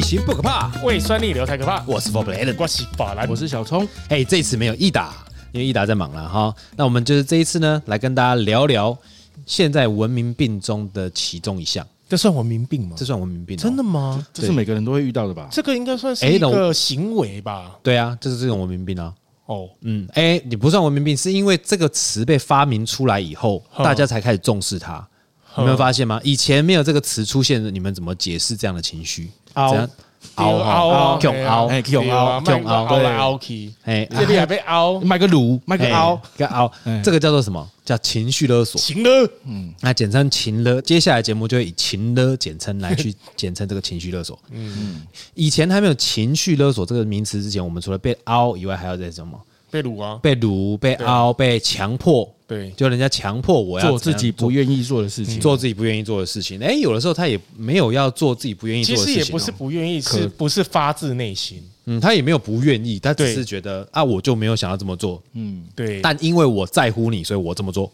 行不可怕，胃酸逆流才可怕。我是 For Blade。我是法兰，我是小聪，哎，这次没有益达，因为益达在忙了哈。那我们就是这一次呢，来跟大家聊聊现在文明病中的其中一项，这算文明病吗这？算文明病、哦真的？吗？对这是每个人都会遇到的吧？这个应该算是哎一那我个行为吧？对啊，这是这种文明病啊。哦，嗯，哎，你不算文明病，是因为这个词被发明出来以后，哼大家才开始重视它。你没有发现吗？以前没有这个词出现，你们怎么解释这样的情绪？凹怎样凹对凹凹囧凹哎对啊囧凹卖个凹来凹去，哎，啊这里还被 凹，买个炉，买个哎凹，个凹哎，这个叫做什么？叫情绪勒索。行了，那简称情勒，接下来节目就会以情勒简称来去简称这个情绪勒索。嗯，以前还没有情绪勒索这个名词之前，我们除了被凹以外，还有在什么？被撸啊，被掳、被凹、被强迫，对，就人家强迫我要做怎自样己不愿意做的事情。做自己不愿意做的事情。哎，有的时候他也没有要做自己不愿意做其的事情实哦，也不是不愿意，是不是发自内心？嗯，他也没有不愿意，他只对是觉得啊，我就没有想要这么做，嗯对，但因为我在乎你，所以我这么做。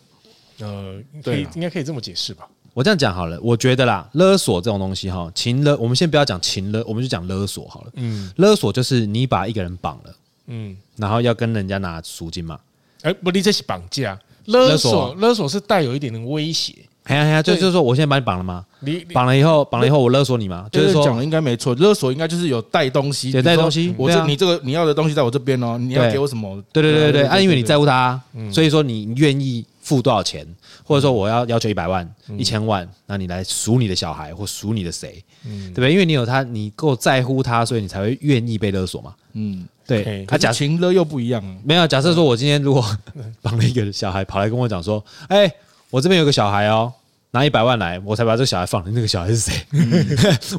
呃，可对以啊应该可以这么解释吧？我这样讲好了，我觉得啦，勒索这种东西哈，情勒，我们先不要讲情勒，我们就讲勒索好了。嗯，勒索就是你把一个人绑了，嗯，然后要跟人家拿赎金嘛。哎，不，你这是绑架。勒勒索索，啊勒索是带有一点点威胁。哎呀哎呀，就对就是说，我现在把你绑了吗？你你绑了以后，绑了以后我勒索你吗？就就是是讲说，的应该没错，勒索应该就是有带东西，有带东西比如说我对啊这你这个你要的东西在我这边哦，你要对给我什么？对对对对对，啊，因为你在乎乎他啊，所以说你愿意付多少钱，或者说我要要求一百万、一千万，那你来赎你的小孩或赎你的谁，对不对？因为你有他，你够在乎他，所以你才会愿意被勒索嘛。嗯，对 OK，，他他啊假讲情勒又不一样啊，没有，假设说我今天如果 绑了一个小孩跑来跟我讲说，哎、我这边有个小孩哦，拿一百万来，我才把这个小孩放了。那个小孩是谁？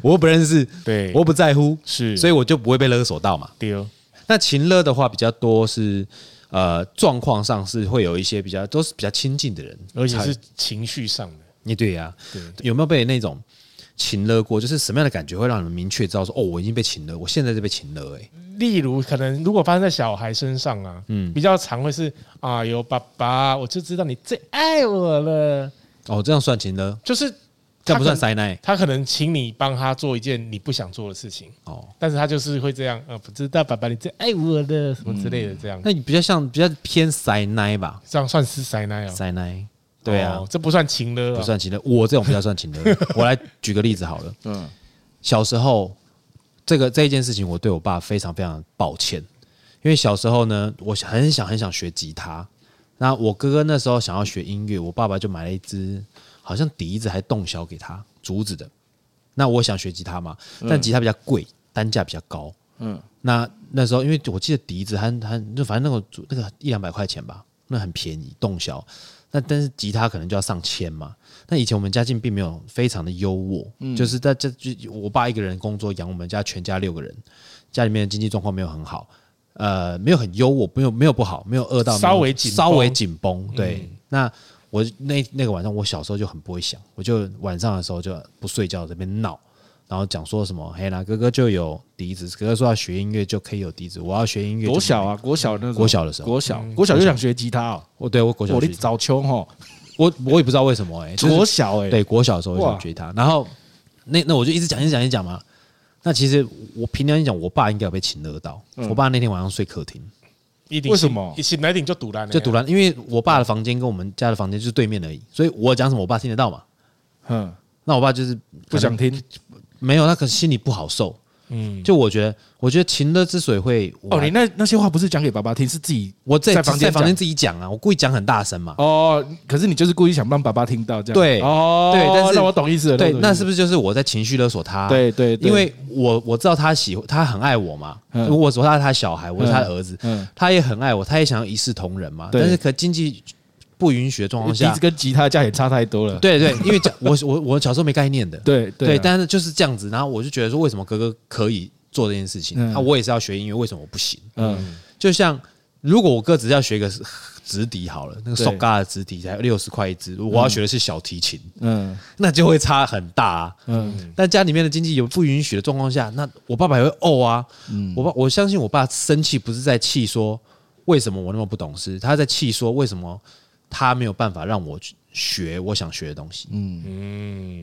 我又不认识，对我又不在乎，是哦所以我就不会被勒索到嘛。丢那情勒的话比较多是，呃，状况上是会有一些比较都是比较亲近的人，而且是情绪上的。你对呀、有没有被那种情勒过？就是什么样的感觉会让你们明确知道说，哦，我已经被情勒，我现在就被情勒、哎，例如，可能如果发生在小孩身上啊，嗯，比较常会是啊，有爸爸，我就知道你最爱我了，哦，这样算情勒，就是这样不算他可能塞奶他可能请你帮他做一件你不想做的事情，哦。但是他就是会这样，呃，不知道爸爸你最爱我了什么之类的，这样、那你比较像比较偏塞奶吧？这样算是塞奶哦。塞奶，对啊，哦这不算情了、不算情勒。我这种比较算情勒。我来举个例子好了，嗯，小时候这个这一件事情，我对我爸非常非常抱歉，因为小时候呢，我很想很想学吉他。那我哥哥那时候想要学音乐，我爸爸就买了一支好像笛子还洞箫给他，竹子的。那我想学吉他嘛，但吉他比较贵，单价比较高。嗯嗯，那那时候因为我记得笛子还还就反正那个竹那个一两百块钱吧，那很便宜，洞箫。那但是吉他可能就要上千嘛。那以前我们家境并没有非常的优渥，嗯就是在这就我爸一个人工作养我们家全家六个人，家里面的经济状况没有很好，呃，没有很优渥，没有没有不好，没有饿到稍微紧绷嗯稍微紧绷。对，那我那那个晚上，我小时候就很不会想，我就晚上的时候就不睡觉，这边闹。然后讲说什么，嘿啦，哥哥就有笛子，哥哥说要学音乐就可以有笛子，我要学音乐。国小，啊，国小那种国小的时候国小国小就想学吉他哦，我对我国小我的学，早秋哈，我我也不知道为什么哎、欸，就是国小哎，对，国小的时候哇想学他，然后那那我就一直讲一直讲一直讲嘛。那其实我凭良心讲，我爸应该有被请得到。嗯我爸那天晚上睡客厅，哎一顶为什么一醒来顶就堵烂了，就堵然，因为我爸的房间跟我们家的房间就是对面而已，所以我讲什么我爸听得到嘛。嗯，那我爸就是不想听，没有，他可能心里不好受。嗯，就我觉得，我觉得情勒之所以会我哦，你那那些话不是讲给爸爸听，是自己我在在房间在房间讲自己讲啊，我故意讲很大声嘛。哦，可是你就是故意想让爸爸听到这样，对哦，对但是那我懂意思了，对，那我懂意思那是不是就是我在情绪勒索他？对对，啊对因为我我知道他喜欢，他很爱我嘛，嗯我是他是他小孩，我是他的儿子，嗯他也很爱我，他也想要一视同仁嘛。对但是可经济不允许的状况笛下子，跟吉他价也差太多了，对对，因为讲我我我小时候没概念的，对对，啊但是就是这样子，然后我就觉得说，为什么哥哥可以做这件事情？嗯啊，我也是要学音乐，为什么我不行？嗯，就像如果我哥只是要学一个直笛好了，那个对手嘎的直笛才六十块一支，我要学的是小提琴，嗯那就会差很大、啊。嗯但家里面的经济有不允许的状况下，那我爸爸也会怄啊。嗯我爸我相信我爸生气不是在气说为什么我那么不懂事，他在气说为什么他没有办法让我去学我想学的东西。嗯，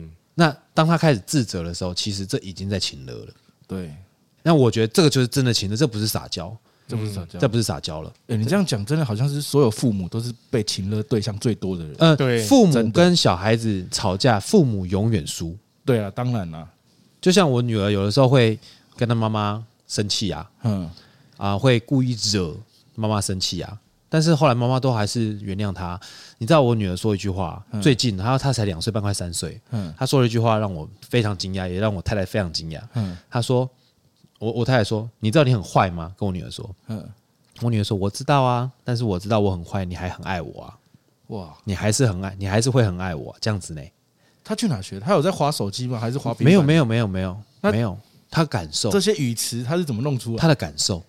嗯，那当他开始自责的时候，其实这已经在情勒了。对，那我觉得这个就是真的情勒，这不是撒娇，这不是吵架。这不是撒娇了。欸你这样讲，真的好像是所有父母都是被情勒对象最多的人。呃，对父母真的跟小孩子吵架，父母永远输。对啊，当然啦，就像我女儿有的时候会跟她妈妈生气啊，嗯，啊，会故意惹妈妈生气啊。但是后来妈妈都还是原谅她。你知道我女儿说一句话，最近她她才两岁半，快三岁，嗯她说了一句话让我非常惊讶，也让我太太非常惊讶。嗯她说：“我我太太说，你知道你很坏吗？”跟我女儿说，嗯，我女儿说：“我知道啊，但是我知道我很坏，你还很爱我啊，哇，你还是很爱，你还是会很爱我啊、这样子呢。”他去哪学？他有在划手机吗？还是划平板？没有没有没有没有那没有，他感受这些语词他是怎么弄出来？他的感受，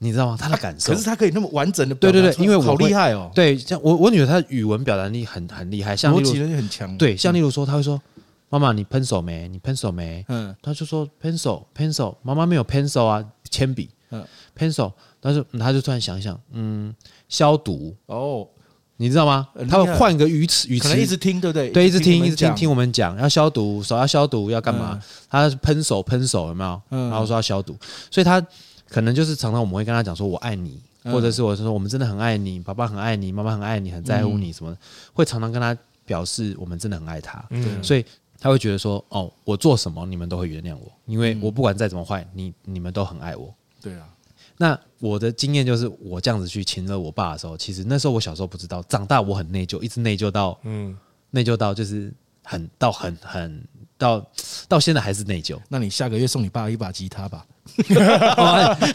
你知道吗？他的感受可是。他可以那么完整的，对对对因为我好会厉害哦，对，像我我女儿她的语文表达力很很厉害，像例逻辑如能力很强。，对，像例如说，她会说：“妈妈，你 pencil 没？你 pencil 没嗯？”她就说：“pencil pencil，妈妈没有 pencil 啊，铅笔嗯， pencil。”但是她就突然想一想，嗯，消毒，哦，你知道吗很？厉她会害换个语词语可能一词，直听，对不对？对，一直听你一们直听讲听我们讲，要消毒，手要消毒，要干嘛？他喷手喷手有没有？嗯然后说要消毒，所以他可能就是常常我们会跟他讲说我爱你，嗯或者是我是说我们真的很爱你，爸爸很爱你，妈妈很爱你，很在嗯乎你什么的，会常常跟他表示我们真的很爱他，嗯所以他会觉得说哦，我做什么你们都会原谅我，因嗯为我不管再怎么坏，你你们都很爱我。对啊，那我的经验就是，我这样子去亲了我爸的时候，其实那时候我小时候不知道，长大我很内疚，一直内疚到嗯，内疚到就是很到很很到到现在还是内 。疚哦那你下个月送你爸一把吉他吧。哎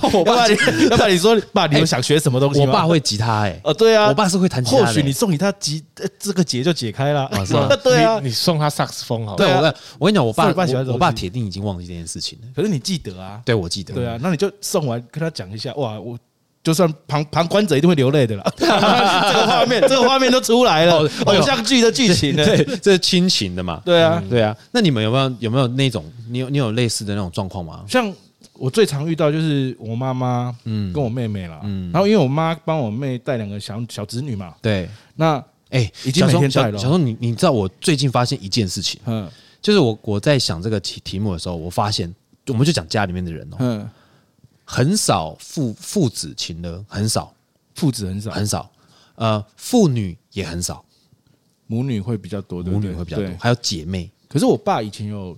说我 要不爸然你，要不然你说爸，你有想学什么东西我吗？爸会吉他哎、哦，对啊，我爸是会弹吉他的、哎或许你送给他吉，呃这个结就解开了哦是吗。 对啊你，你送他萨克斯风好了，对对啊我跟我跟你讲，我爸所以你爸喜欢这我种我爸东西铁定已经忘记这件事情了。可是你记得啊，对，我记得。对啊，那你就送完跟他讲一下，哇，我。就算旁旁观者一定会流泪的啦， 这个画面，这个画面都出来了哦，哎呦偶像剧的剧情呢？ 对，这是亲情的嘛？对啊，对啊。那你们有没有有没有那种你有你有类似的那种状况吗？像我最常遇到就是我妈妈，嗯跟我妹妹啦，嗯然后因为我妈帮我妹带两个小小侄女嘛，对，那哎，已经每天小带时候小了小时候你你知道我最近发现一件事情，嗯就是我我在想这个题题目的时候，我发现我们就讲家里面的人哦，嗯，很少父父子情的，很少父子很少，很少，呃，父女也很少，母女会比较多，对母不对女会比较多对，还有姐妹，可是我爸以前有，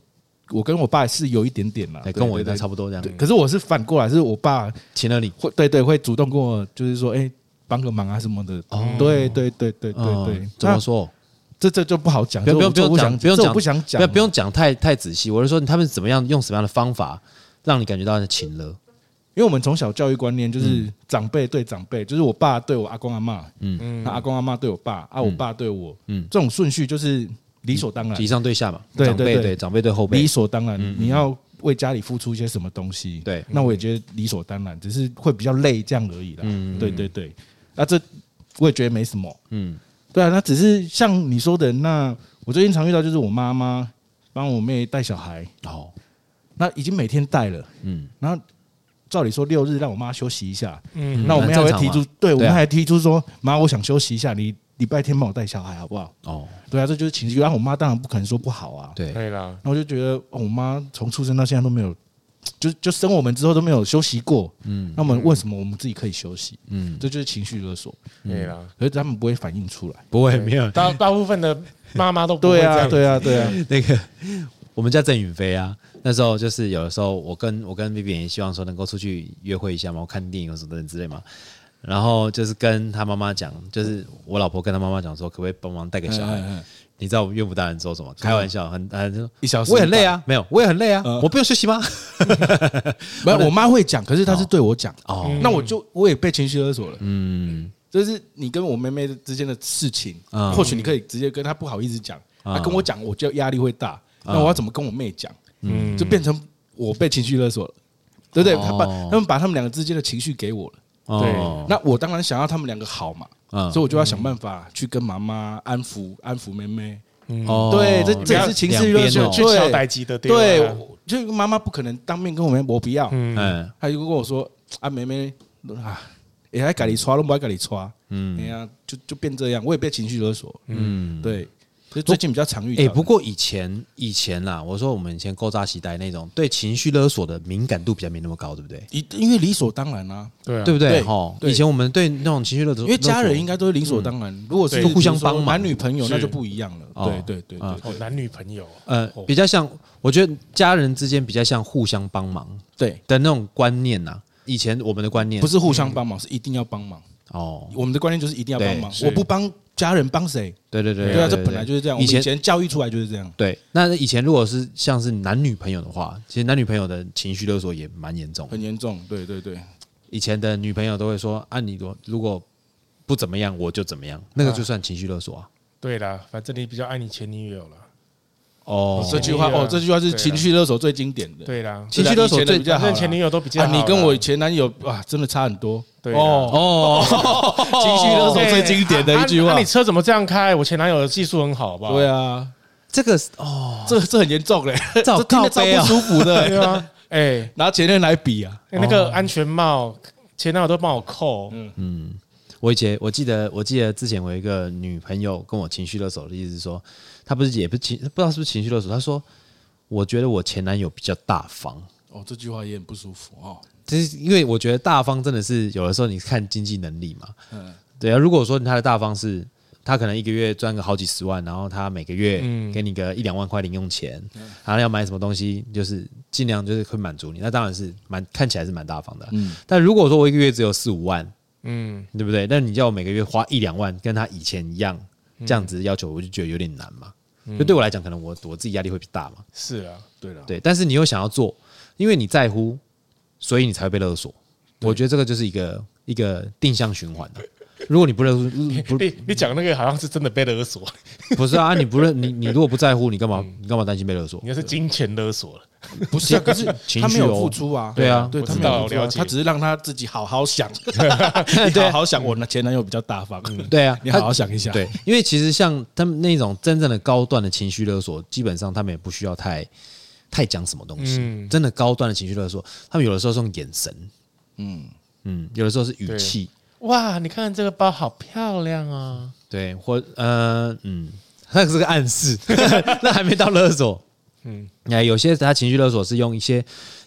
我跟我爸是有一点点啦，哎，跟我应啊对该对差不多这样对。。可是我是反过来，是我爸情了你，会对对会主动跟我就是说，哎，帮个忙啊什么的。哦对对对对对嗯对，怎么那说？这这就不好讲，不用这我不用这不我用想讲不用这我讲不想不要讲，不用讲太太仔细，我是说他们怎么样用什么样的方法让你感觉到那情了？因为我们从小教育观念就是嗯长辈对长辈，就是我爸对我阿公阿妈，嗯那阿公阿妈对我爸，啊我爸对我，嗯这种顺序就是理所当然提，上对下嘛，哎对长辈对对对长辈对后理辈，所当然，你要为家里付出一些什么东嗯西，对那我也觉得理所当然，只是会比较累这样而已啦。嗯对对对，那这我也觉得没什么。嗯对啊，那只是像你说的，那我最近常遇到就是我妈妈帮我妹带小孩，哦那已经每天带了，嗯，然后照理说六日让我妈休息一下，嗯，那我们还那会正常提嘛出，对我对们啊还提出说，妈，我想休息一下，你礼拜天帮我带小孩好不好？哦对啊，这就是情绪。然后我妈当然不可能说不好啊，对，对啦，然后我就觉得，哦我妈从出生到现在都没有，就就生我们之后都没有休息过。嗯，那么为什么我们自己可以休息？嗯，这就是情绪勒索，对啦，可是他们不会反映出来。不会没有大大部分的妈妈都不会呃对这啊，样，对啊，对啊， 那个我们家郑允飞啊，那时候就是有的时候我跟我跟 Vivian 也希望说能够出去约会一下嘛，我看电影或什么等之类嘛。然后就是跟他妈妈讲，就是我老婆跟他妈妈讲说，可不可以帮忙带给小孩？嗯嗯嗯你知道我岳母大人说什么？开玩笑，很很说一小时我也很累啊，没有，我也很累啊，嗯我不用休息吗？没有，我妈会讲，可是她是对我讲，哦，嗯那我就我也被情绪勒索了。嗯，就是你跟我妹妹之间的事情，嗯或许你可以直接跟她不好意思讲，嗯她跟我讲，我就压力会大。那我要怎么跟我妹讲？嗯，就变成我被情绪勒索了，对不对？哦他把他们把他们两个之间的情绪给我了，哦，那我当然想要他们两个好嘛，嗯所以我就要想办法去跟妈妈安抚安抚妹妹。哦对这这也是情绪勒索两嗯去边哦对敲待机的地方对，哎啊我就妈妈不可能当面跟我妹我不要，嗯，嗯她就跟我说啊，妹妹啊，也还咖喱刷，都不爱咖喱刷，哎嗯呀，就就变这样，我也被情绪勒索。嗯，对，就最近比较常遇到哎、的。不过以前以前啦，我说我们以前勾扎西呆那种，对情绪勒索的敏感度比较没那么高，对不对？一因为理所当然啊，对啊，对不对？对哈，对以前我们对那种情绪勒索，因为家勒人索应该都是理所当然。如果是对比如说互相帮忙男女朋友，是那就不一样了。哦对对对啊对哦，男女朋友呃哦比较像，我觉得家人之间比较像互相帮忙对，的那种观念呐、以前我们的观念不是互嗯相帮忙，是一定要帮忙。哦，我们的观念就是一定要帮忙对，是我不帮家人帮谁？对对对对啊，这本来就是这样。我以们以前前教育出来就是这样。对，那以前如果是像是男女朋友的话，其实男女朋友的情绪勒索也蛮严重的。很严重，对对对，以前的女朋友都会说：“啊，你如果如果不怎么样，我就怎么样。”那个就算情绪勒索啊。对啦，反正你比较爱你前女友了，哦哦，这句话对啊哦，这句话是对啊情绪勒索最经典的。对啦，情绪勒索最以前的比较反好啦正前女友都比较啊，好啦你跟我前男友哇，真的差很多。对啊啦哦，哦，情绪勒索对最经典的一句啊啊话啊。你车怎么这样开？我前男友的技术很好，好不好？对啊，这个是哦，这这很严重嘞，这好这听得靠背超啊不舒服 的对欸。啊，哎、拿前任来比啊，哎那个安全帽，前男友都帮我扣，嗯我以前我记得，我记得之前我有一个女朋友跟我情绪勒索的意思是说，她不是也不情不知道是不是情绪勒索，她说我觉得我前男友比较大方，哦，这句话也很不舒服哦。就是因为我觉得大方真的是有的时候你看经济能力嘛，嗯对啊。如果说他的大方是他可能一个月赚个好几十万，然后他每个月嗯给你个一两万块零用钱，然后要买什么东西就是尽量就是会满足你，那当然是蛮看起来是蛮大方的。嗯，但如果说我一个月只有四五万，嗯，对不对？但你叫我每个月花一两万，跟他以前一样嗯这样子要求，我就觉得有点难嘛。就对我来讲，可能我我自己压力会比较大嘛。是啊，对了，对，但是你又想要做，因为你在乎，所以你才会被勒索。我觉得这个就是一个一个定向循环的、啊如果你不勒索，你你讲那个好像是真的被勒索，不不是啊，你不认你你如果不在乎，你干嗯嘛你干嘛担心被勒索？你那是金钱勒索了，不是啊，可是情绪他没有哦付出啊。对啊对我他知没有道付出啊了，解他只是让他自己好 好想，你对好啊好想。我那前男友比较大方，对啊，你他好好想一下。对，因为其实像他们那种真正的高段的情绪勒索，基本上他们也不需要太太讲什么东西。嗯真的高段的情绪勒索，他们有的时候是用眼神，嗯，嗯，有的时候是语对气，哇，你看这个包好漂亮啊，对，或呃嗯，那是个暗示， 那还没到勒索。嗯，哎，有些他情绪勒索是用一些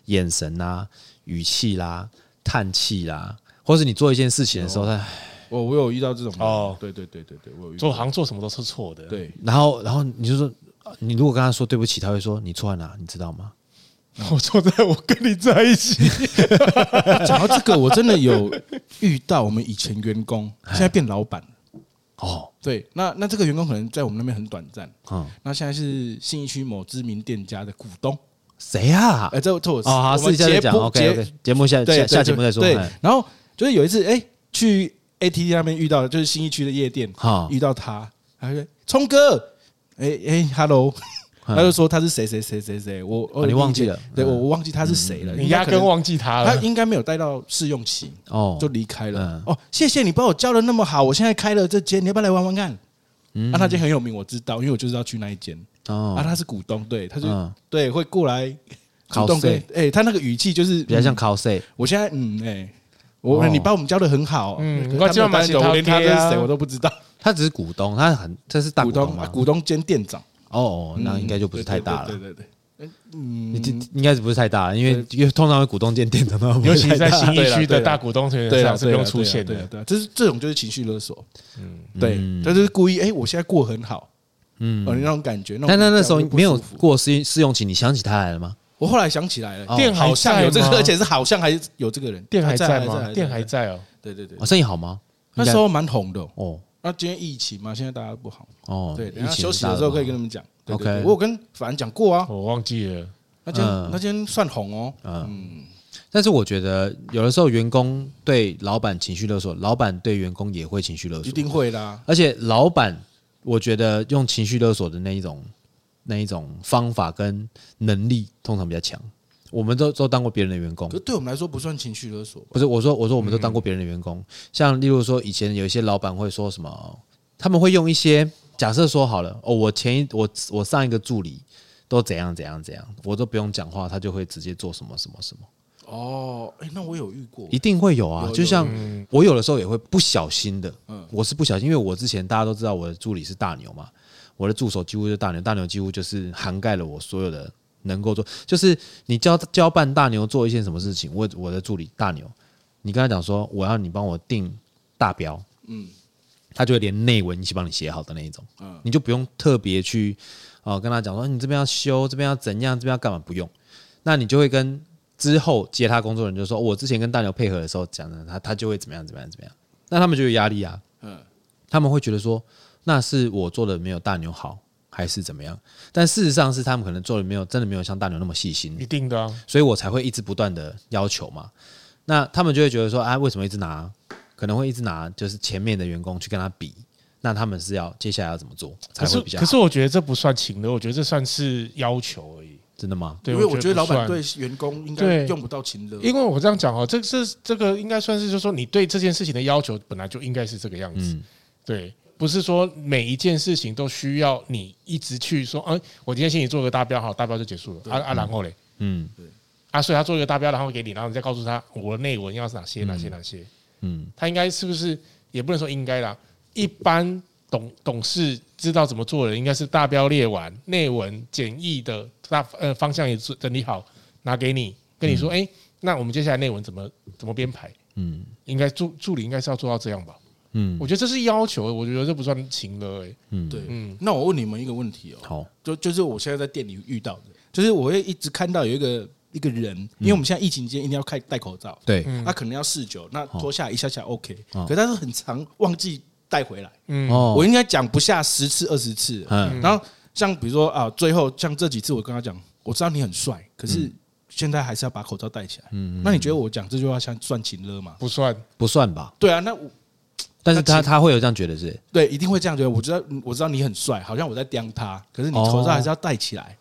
眼神啊、语气啦、叹气啦，或是你做一件事情的哦时候，他我我有遇到这种哦哦，对对对对对，我有遇做到。好像做什么都是错的，，对，然后然后你就说，呃你如果跟他说对不起，他会说你错在哪，你知道吗？ 我错在我跟你在一 起，讲到这个，我真的有遇到我们以前员工，现在变老板。哦，对，那那这个员工可能在我们那边很短暂，嗯，那现在是信义区某知名店家的股东。谁啊？哎，这这我哦，好，我私们底下节再讲。目 OK 节 OK，节目下对下下对节目再说。对哎，然后就是有一次，哎，去 ATT 那边遇到，就是新一区的夜店好，遇到他，他说：“聪哥，哎哎，Hello。” 嗯他就说他是谁谁谁谁谁，我哦我你忘记了对嗯我我忘记他是谁了，你压根忘记他他了，应该没有带到试用期，哦，就离开了嗯。哦，谢谢你帮我教的那么好，我现在开了这间，你要不要来玩玩看？嗯啊，那间很有名，我知道，因为我就知道去那一间。啊，哦，他是股东，对，他就嗯，对会过来主动 Cos 跟，哎，他那个语气就是比较像嗯 cos，我现在嗯，哎，我哦你把我们教的很好，嗯嗯，我今晚买手，我连他啊是谁我都不知道，他只是股东，他很这是大股股东东啊嘛？股东兼店长，哦哦，那应该就不是嗯太大了对。对对，对嗯你这应该是不是太大了，因为因为通常会股东见店长都不会 尤其太在大新一区对啦对的啦大股东层对上了，是不用对啦出现对啦啊的，对啦对啦这是这种就是情绪勒索，嗯，对，嗯他就是故意，哎，我现在过很好，嗯哦，，那种感觉，种 但他那时候感觉不没有舒服过试试用期，你想起他来了吗？我后来想起来了哦，店好还像在有这个，吗而且是好像还有这个人，啊店还在还吗？还店还在哦，对对对哦，，生意好吗？那时候蛮红的哦。哦那今天疫情嘛，现在大家不好，哦，对，等疫一下情休息的时候可以跟他们讲。对对对 OK 我有跟凡讲过啊，我忘记了，那今天嗯啊那今天算红哦，嗯，但是我觉得有的时候员工对老板情绪勒索，老板对员工也会情绪勒一索，定会啊啦。而且老板我觉得用情绪勒索的那一种那一种方法跟能力通常比较强。我们都都当过别人的员工可，对我们来说不算情绪勒索吧？不是我说，我说我们都当过别人的员工，像例如说以前有一些老板会说什么，他们会用一些假设说好了，哦，我前一我我上一个助理都怎样怎样怎样，我都不用讲话，他就会直接做什么什么什么，哦，哎，那我有遇过一，定会有啊。有就像嗯我有的时候也会不小心的，嗯我是不小心，因为我之前大家都知道我的助理是大牛嘛，我的助手几乎就是大牛，大牛几乎就是涵盖了我所有的能够做，就是你交交办大牛做一些什么事情，我我的助理大牛，你跟他讲说我要你帮我定大标，嗯，他就会连内文一起帮你写好的那一种，嗯，你就不用特别去哦、呃跟他讲说你这边要修，这边要怎样，这边要干嘛，不用，那你就会跟之后接他工作的人就说，我之前跟大牛配合的时候讲的，他他就会怎么样怎么样怎么样，那他们就有压力啊，嗯他们会觉得说，那是我做的没有大牛好，还是怎么样？但事实上是他们可能做的没有真的没有像大牛那么细心一，定的啊、所以我才会一直不断的要求嘛。那他们就会觉得说，啊，为什么一直拿？可能会一直拿就是前面的员工去跟他比，那他们是要接下来要怎么做才可是会比较可好？是我觉得这不算请的，我觉得这算是要求而已。真的吗？对，因为我觉得老不算板对员工应该对用不到情勒，因为我这样讲哦，这这这个应该算是就是说你对这件事情的要求本来就应该是这个样子，嗯对，不是说每一件事情都需要你一直去说，嗯、我今天心里做个大标，好，大标就结束了，啊啊，然后嘞，嗯啊，所以他做一个大标，然后给你，然后你再告诉他我的内文要是哪些哪些哪些，嗯，他应该是不是也不能说应该啦，一般懂懂事知道怎么做的人，应该是大标列完，内文简易的大呃方向也整理好，拿给你，跟你说，哎、那我们接下来内文怎么怎么编排？嗯应该助助理应该是要做到这样吧？嗯我觉得这是要求，我觉得这不算情了、哎，嗯，对，嗯那我问你们一个问题哦，好，就就是我现在在店里遇到的，就是我会一直看到有一个一个人，因为我们现在疫情期间一定要开戴口罩，嗯对，嗯他、可能要试酒，那脱下来一下下 OK，、哦可是他是很常忘记带回来，嗯，哦，我应该讲不下十次二十次了，嗯然后像比如说啊，最后像这几次我跟他讲，我知道你很帅，可是现在还是要把口罩戴起来，嗯，那你觉得我讲这句话像算情勒吗？不算，不算吧？对啊，那我但是那他其他会有这样觉得是，对一定会这样觉得，我知道嗯我知道你很帅，好像我在刁他，可是你口罩还是要戴起来。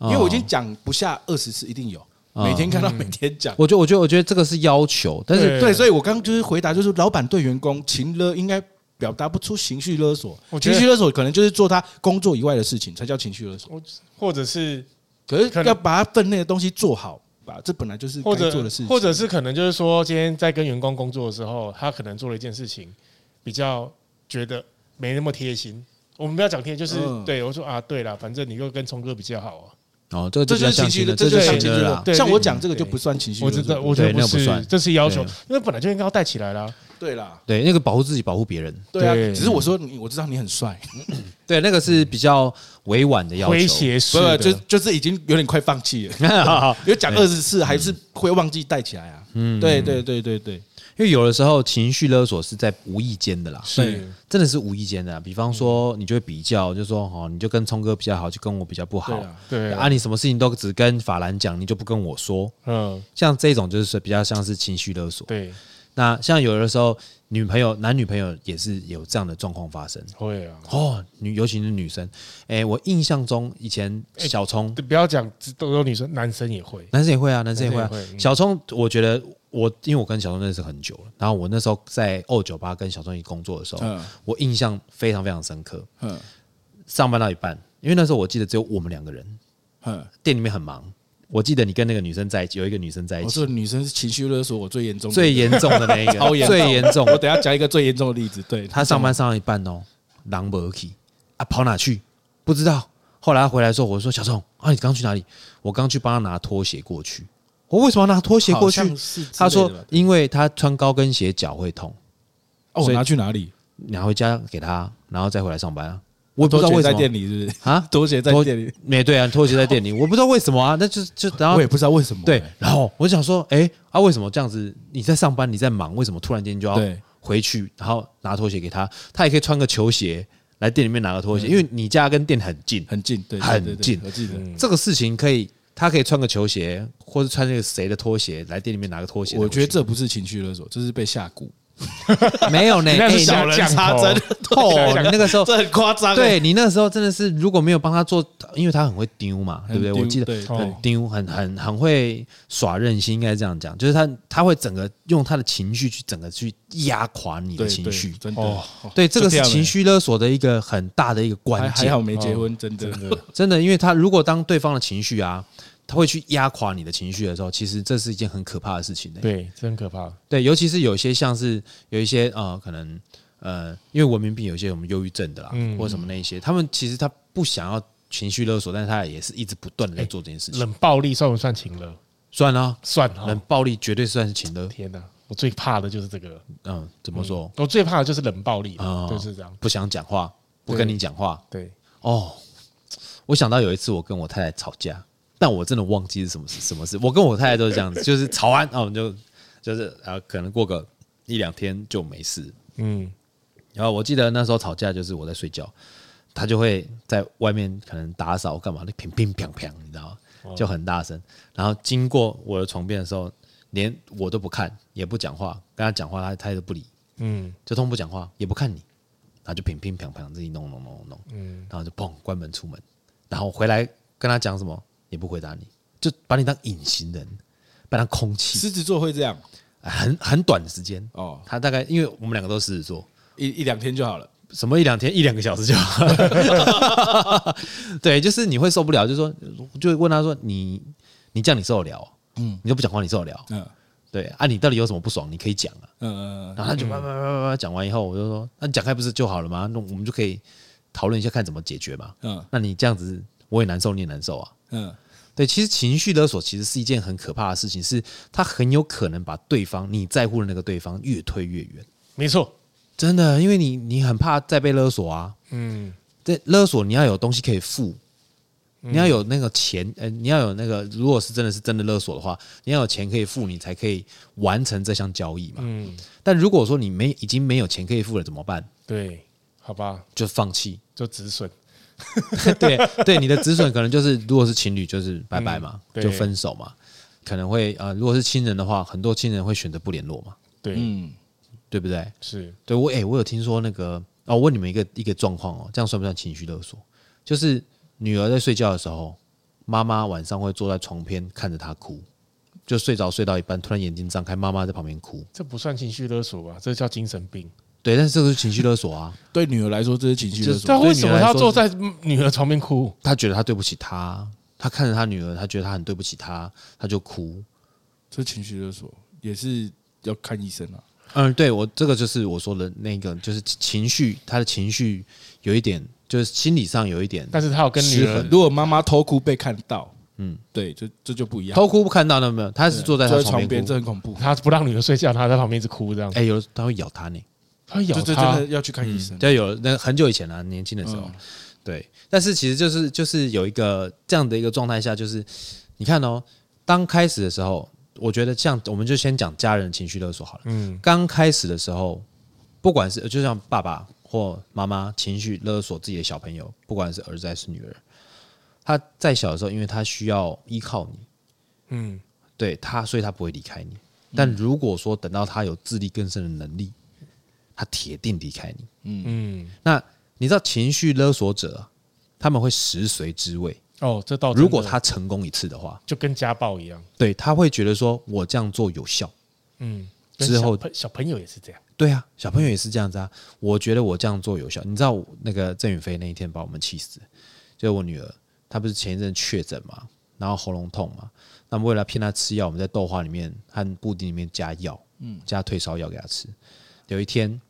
因为我已经哦讲不下二十次，一定有，哦每天看到每天讲。我觉得我觉得我觉得这个是要求，但是嗯对对，所以我刚刚就是回答，就是老板对员工情勒应该表达不出情绪勒索我，觉情得绪勒索可能就是做他工作以外的事情才叫情绪勒索，或者是可是可能要把他分内的东西做好吧，这本来就是或该者做的事情。或者是可能就是说，今天在跟员工工作的时候，他可能做了一件事情，比较觉得没那么贴心。我们不要讲贴，就是、嗯对我说啊，对了，反正你又跟聪哥比较好啊。哦，这个这比就较是情像绪情勒，的，这就就是是情情绪的勒啦。索。对像我对讲这个就对不算情绪勒我索，知道，我觉得对那不是算，这是要求对，因为本来就应该要带起来啦。对啦，对，那个保护自己，保护别人，对啊，对只是我说你，我知道你很帅，对，那个是比较委婉的要求。诙谐式不是的，就就是已经有点快放弃了， 因为讲二十次还是会忘记带起来啊。嗯，对对对对对。因为有的时候情绪勒索是在无意间的啦，对是真的是无意间的啦。啊比方说，你就会比较，就说哦，你就跟聪哥比较好，就跟我比较不对好啊。对啊，你什么事情都只跟法兰讲，你就不跟我说。嗯，像这种就是比较像是情绪勒索。对，那像有的时候，女朋友男女朋友也是有这样的状况发生。会啊。哦，女尤其是女生，哎、我印象中以前小聪、不要讲只都有女生，男生也会。男生也会啊，男生也会啊男生也。会嗯小聪，我觉得我因为我跟小聪认识很久了，然后我那时候在二酒吧跟小聪一起工作的时候，嗯我印象非常非常深刻。嗯上班到一半，因为那时候我记得只有我们两个人，嗯，店里面很忙。我记得你跟那个女生在一起，有一个女生在一我起，说女生是情绪勒索我最严重哎 的，最严重的那一个，超严重最严重。我等一下讲一个最严重的例子，对他上班上到一半哦，狼不去啊，跑哪去？不知道。后来他回来说，我说小聪啊，你刚去哪里？我刚去帮他拿拖鞋过去。我为什么要拿拖鞋过去？好像是之类的吧他说对，因为他穿高跟鞋脚会痛，哦，我所以拿去哪里？拿回家给他，然后再回来上班啊。我也不拖知道鞋为在什店么里是不 是？啊，拖鞋在拖店里，没对啊，拖鞋在店里，我不知道为什么啊，那就就然后我也不知道为什么。欸对，然后我就想说，哎啊，为什么这样子？你在上班，你在忙，为什么突然间就要对回去，然后拿拖鞋给他？他也可以穿个球鞋来店里面拿个拖鞋，因为你家跟店很近，很近，对，对很对对近嗯我记得。这个事情可以，他可以穿个球鞋，或是穿那个谁的拖鞋来店里面拿个拖鞋。我觉得这不是情绪勒索，这是被下蛊。这 没有呢，那是哎小人插 针，哦，你那个时候。这很夸张欸。对你那个时候真的是，如果没有帮他做，因为他很会丢嘛，对很不丢，对？我记得对哦对很丢，很很很会耍任性，应该这样讲，就是他他会整个用他的情绪去整个去压垮你的对情对绪，真的哦。哦对，这个就是样欸情绪勒索的一个很大的一个还关还好键，没结婚，真的。哦真的，因为他如果当对方的情绪啊，他会去压垮你的情绪的时候，其实这是一件很可怕的事情、欸。对，这很可怕。对，尤其是有一些像是有一些呃，可能呃，因为文明病有一些什么忧郁症的啦，嗯或者什么那一些，他们其实他不想要情绪勒索，但是他也是一直不断的在做这件事情。冷暴力算不算情了？算了，算冷哦。暴力绝对算是情勒。天哪，我最怕的就是这个了。嗯，怎么说？我最怕的就是冷暴力哦，就是这样。不想讲话，不跟你讲话。对，哦，我想到有一次我跟我太太吵架，但我真的忘记是什么事什么事。我跟我太太都是这样子， 就是吵完，啊，我们就就是啊，可能过个一两天就没事。嗯，然后我记得那时候吵架就是我在睡觉，他就会在外面可能打扫干嘛的，乒乒乓乓，你知道吗？就很大声。然后经过我的床边的时候，连我都不看，也不讲话，跟他讲话他他也都不理，嗯，就通不讲话，也不看你，然后就乒乒乓乓自己弄弄弄弄弄，然后就砰关门出门，然后回来跟他讲什么也不回答你，就把你当隐形人，把他当空气，狮子座会这样很很短的时间。哦，他大概因为我们两个都是狮子座，一一两天就好了。什么一两天一两个小时就好 了，对，就是你会受不了，就说就会问他说你你这样你受得了哦，嗯，你都不讲话你受得了，嗯对啊，你到底有什么不爽你可以讲啊，嗯嗯然后他就叭叭叭叭叭讲完以后，我就说那你讲开不是就好了吗？那我们就可以讨论一下看怎么解决嘛，嗯那你这样子我也难受你也难受啊，嗯对，其实情绪勒索其实是一件很可怕的事情，是它很有可能把对方你在乎的那个对方越推越远，没错，真的，因为你你很怕再被勒索啊，嗯，这勒索你要有东西可以付，你要有那个钱，呃，你要有那个，如果是真的是真的勒索的话，你要有钱可以付，你才可以完成这项交易嘛。嗯但如果说你没已经没有钱可以付了，怎么办？对，好吧，就放 弃。就止损。对对，你的止损可能就是，如果是情侣就是拜拜嘛，嗯对就分手嘛。可能会呃，如果是亲人的话，很多亲人会选择不联络嘛，对，嗯，对不对？是，对我，哎、我有听说那个哦，我问你们一个一个状况哦，这样算不算情绪勒索？就是女儿在睡觉的时候，妈妈晚上会坐在床边看着她哭，就睡着睡到一半，突然眼睛张开，妈妈在旁边哭。这不算情绪勒索吧？这叫精神病。对，但是这个是情绪勒索啊，对女儿来说这是情绪勒就是索。对啊，对为你什么来他要说坐在女儿床边哭？她觉得她对不起她，她看着她女儿，她觉得她很对不起她，她就哭。这情绪勒索也是要看医生啊。嗯，对我这个就是我说的那个，就是情绪，她的情绪有一点，就是心理上有一点但是他有跟女失儿衡如果妈妈偷哭被看到，嗯嗯，对，这这就不一样。偷哭不看到那没有，她是坐在她坐在床边床边，哭这。很恐怖。他不让女儿睡觉，他在旁边一直哭这样，哎、有的她会咬她呢。他会咬这这真他的，要去看医生。嗯对，有那很久以前啊，年轻的时候，嗯对。但是其实就是就是有一个这样的一个状态下，就是你看哦，当开始的时候，我觉得像我们就先讲家人情绪勒索好了。嗯刚开始的时候，不管是就像爸爸或妈妈情绪勒索自己的小朋友，不管是儿子还是女儿，他在小的时候，因为他需要依靠你，嗯，对他，所以他不会离开你。但如果说等到他有自力更生的能力，他铁定离开你。嗯，那你知道情绪勒索者啊他们会食髓知味，哦，这倒真的如果他成功一次的话，就跟家暴一样，对他会觉得说我这样做有效。嗯，之跟小后朋小朋友也是这样，对啊，小朋友也是这样子啊。我觉得我这样做有效。你知道我那个郑宇飞那一天把我们气死，就是我女儿，她不是前一阵确诊嘛，然后喉咙痛嘛，那么为了骗她吃药，我们在豆花里面和布丁里面加药，嗯，加退烧药给她吃。有一天，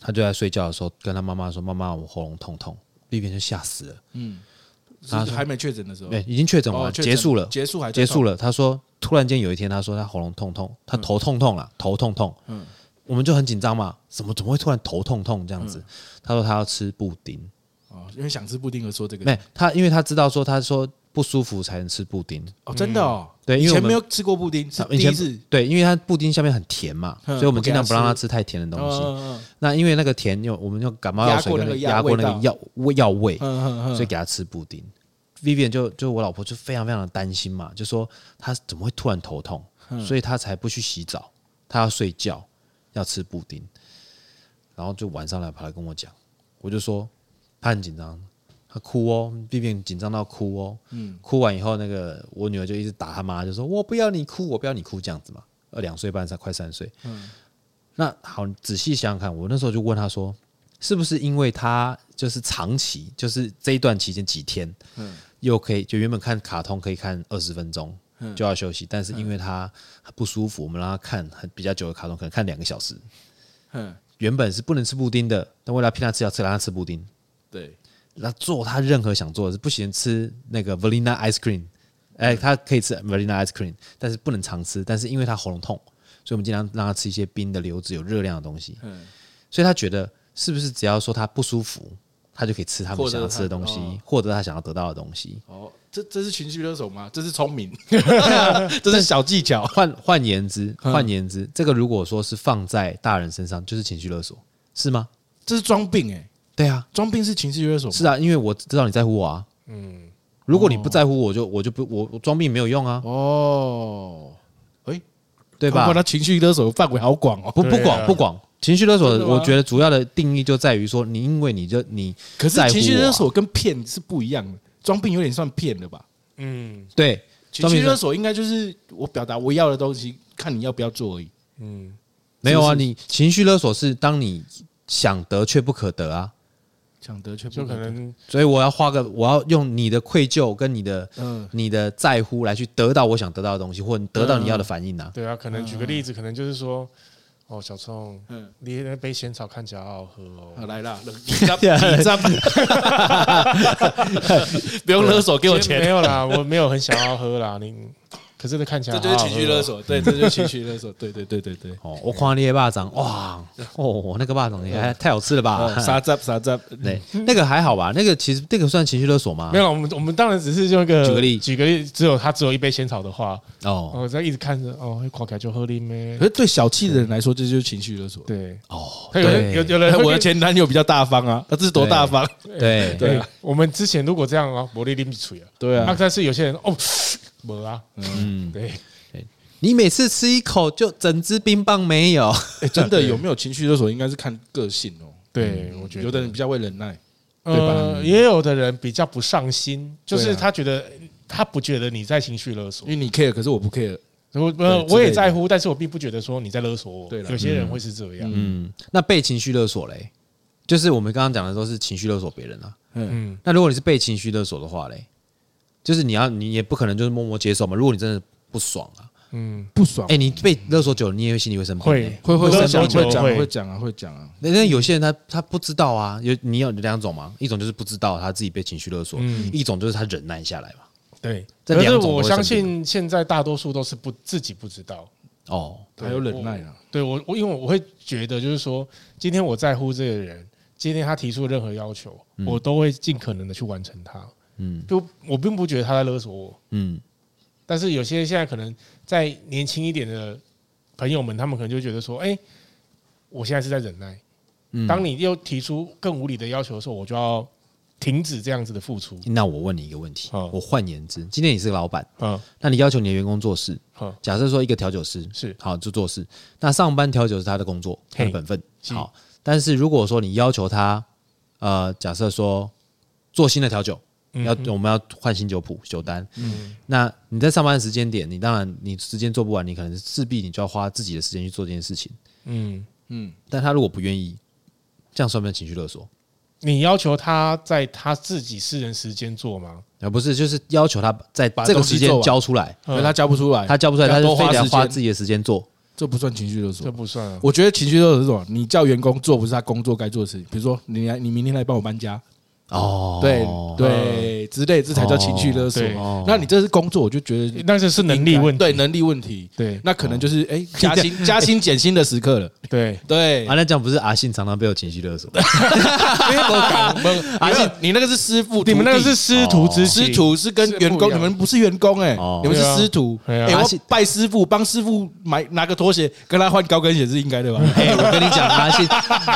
她就在睡觉的时候跟她妈妈说：“妈妈，我喉咙痛痛。”丽萍就吓死了，是还没确诊的时候，对，已经确诊哦完，确诊结哎束了，结束还结束了，了。他说，突然间有一天，他说他喉咙痛痛，他头痛痛了，头痛痛。嗯，我们就很紧张嘛，怎么怎么会突然头痛痛这样嗯子？他说他要吃布丁，哦，因为想吃布丁而说这个，没他，因为他知道说他说不舒服才能吃布丁，哦，真的哦，嗯对因以为我前们没有吃过布丁，是他第以一前次，对，因为他布丁下面很甜嘛，嗯所以我们尽量不不给他让他吃吃太甜的东西。嗯那因为那个甜，有我们用感冒药水跟压压过过那那个个药味药味嗯，嗯嗯所以给他吃布丁。Vivian 就就我老婆就非常非常的担心嘛，就说她怎么会突然头痛，嗯所以她才不去洗澡，她要睡觉，要吃布丁，然后就晚上来跑来跟我讲，我就说她很紧张，她哭哦，Vivian 紧张到哭哦，嗯哭完以后那个我女儿就一直打她妈，就说我不要你哭，我不要你哭这样子嘛，呃两岁半三快三岁，那好，你仔细想想看，我那时候就问她说，是不是因为他就是长期，就是这一段期间几天，又可以就原本看卡通可以看二十分钟就要休息，但是因为他不舒服，我们让他看很比较久的卡通，可能看两个小时，嗯，原本是不能吃布丁的，但为了骗他吃，要吃让他吃布丁，对，让他做他任何想做的事，不行吃那个 Vanilla ice cream，哎、嗯他可以吃 Vanilla ice cream，但是不能常吃，但是因为他喉咙痛，所以我们尽量让他吃一些冰的流质有热量的东西，嗯，所以他觉得是不是只要说他不舒服，他就可以吃他们获得想要吃的东西他哦，获得他想要得到的东西。哦，这这是情绪勒索吗？这是聪 明，这是小技巧。换换言之，嗯换言之，这个如果说是放在大人身上，就是情绪勒索，是吗？这是装病哎、对啊，装病是情绪勒索吗？是啊，因为我知道你在乎我啊。嗯，如果你不在乎我就，我就不我我装病没有用啊，哦，对包吧括？他情绪勒索的范围好广哦。不对不啊广不广，情绪勒索真的，的吗我觉得主要的定义就在于说，你因为你就你可是在乎情绪我啊勒索跟骗是不一样的，装病有点算骗了吧？嗯对情装病绪是勒索应该就是我表达我要的东西，看你要不要做而已。嗯，没有啊，是不是你情绪勒索是当你想得却不可得啊，想得却不就可得，能所以我要花个我要用你的愧疚跟你的嗯，你的在乎来去得到我想得到的东西，或得到你要的反应啊。嗯对啊，可能举个例子，可能就是说，哦，小聪，嗯你那杯仙草看起来好好喝好哦，来 啦，你张你张，不用勒索，给我没钱，有啦，我没有很想要喝啦，你可是这看起来这就是好好情绪喝哦勒，索，对，这就是情绪勒索，对对对对对。哦，我夸你的霸掌，哇，哦，我那个霸嗯掌也还太好吃了 吧？啥杂啥杂，对，那个还好吧？那个其实那个算情绪勒索吗没？有啦，我们我们当然只是用一个举个例举个例，只有他只有一杯仙草的话，哦我在一直看着，哦，看起来就喝力咩可，是对小气的人来说，这就是情绪勒索。对，哦，他有人有对有人 会 我的跟前男友比较大方啊，他这是多大方？对对对啊啊，我们之前如果这样啊，我力拎不出啊。对啊，啊，但是有些人哦， 没啊，嗯，对，你每次吃一口就整只冰棒没有，哎真的有没有情绪勒索，应该是看个性哦。对，我觉得有的人比较会忍耐，对吧嗯呃，也有的人比较不上心，就是对啊他觉得他不觉得你在情绪勒索因，为你 care，可是我不 care。我呃对之类的我也在乎，但是我并不觉得说你在勒索我。对啦有些人会是这样，嗯，那被情绪勒索嘞，就是我们刚刚讲的都是情绪勒索别人啊。嗯，那如果你是被情绪勒索的话嘞，就是你要你也不可能就是默默接受嘛。如果你真的不爽啊，嗯，不爽哎，你被勒索久了，你也会心里会生病会欸。会会我会勒索讲久了会讲会会讲啊会讲啊，那那有些人他他不知道啊，有你有两种嘛，一种就是不知道他自己被情绪勒索，嗯一种就是他忍耐下来嘛。对。这可两是种都会我相生信现在大多数都是不自己不知道，哦，还有忍耐啊。对我我因为我会觉得就是说，今天我在乎这个人，今天他提出任何要求，嗯我都会尽可能的去完成他。嗯就我并不觉得他在勒索我，嗯，但是有些现在可能在年轻一点的朋友们，他们可能就觉得说，哎、我现在是在忍耐。嗯当你又提出更无理的要求的时候，我就要停止这样子的付出。那我问你一个问题，好我换言之，今天你是个老板，嗯，那你要求你的员工做事，好，假设说一个调酒师是好就做事，那上班调酒是他的工作，他的嘿本分。是好，但是如果说你要求他，呃，假设说做新的调酒，嗯要我们要换新酒谱酒单，嗯那你在上班的时间点，你当然你时间做不完，你可能势必你就要花自己的时间去做这件事情。嗯，嗯，但他如果不愿意，这样算不算情绪勒索？你要求他在他自己私人时间做吗？而不是就是要求他在把这个东西时间做完交出来，可是他交不出来，他交不出来，要他多就非花得哎要时花间自己的时间做。这不算情绪勒这索。不算啊。我觉得情绪勒索是什么？你叫员工做不是他工作该做的事情，比如说你来，你明天来帮我搬家，哦，对对之类，这才叫情绪勒索哦对。哦那你这是工作，我就觉得但是是能力问题。对能力问题，对那可能就是哎加薪加薪减薪的时刻了。对，对啊，，那这样不是阿信常常被我情绪勒索？而且你那个是师傅， 你们那个徒弟是师徒之情师，徒是跟员是不一工，样你们不是员工哎、哦你们是师徒。对啊哎、对啊阿信我拜师傅，帮师傅买拿个拖鞋，跟他换高跟鞋是应该的吧？ 哎、我跟你讲，阿 信，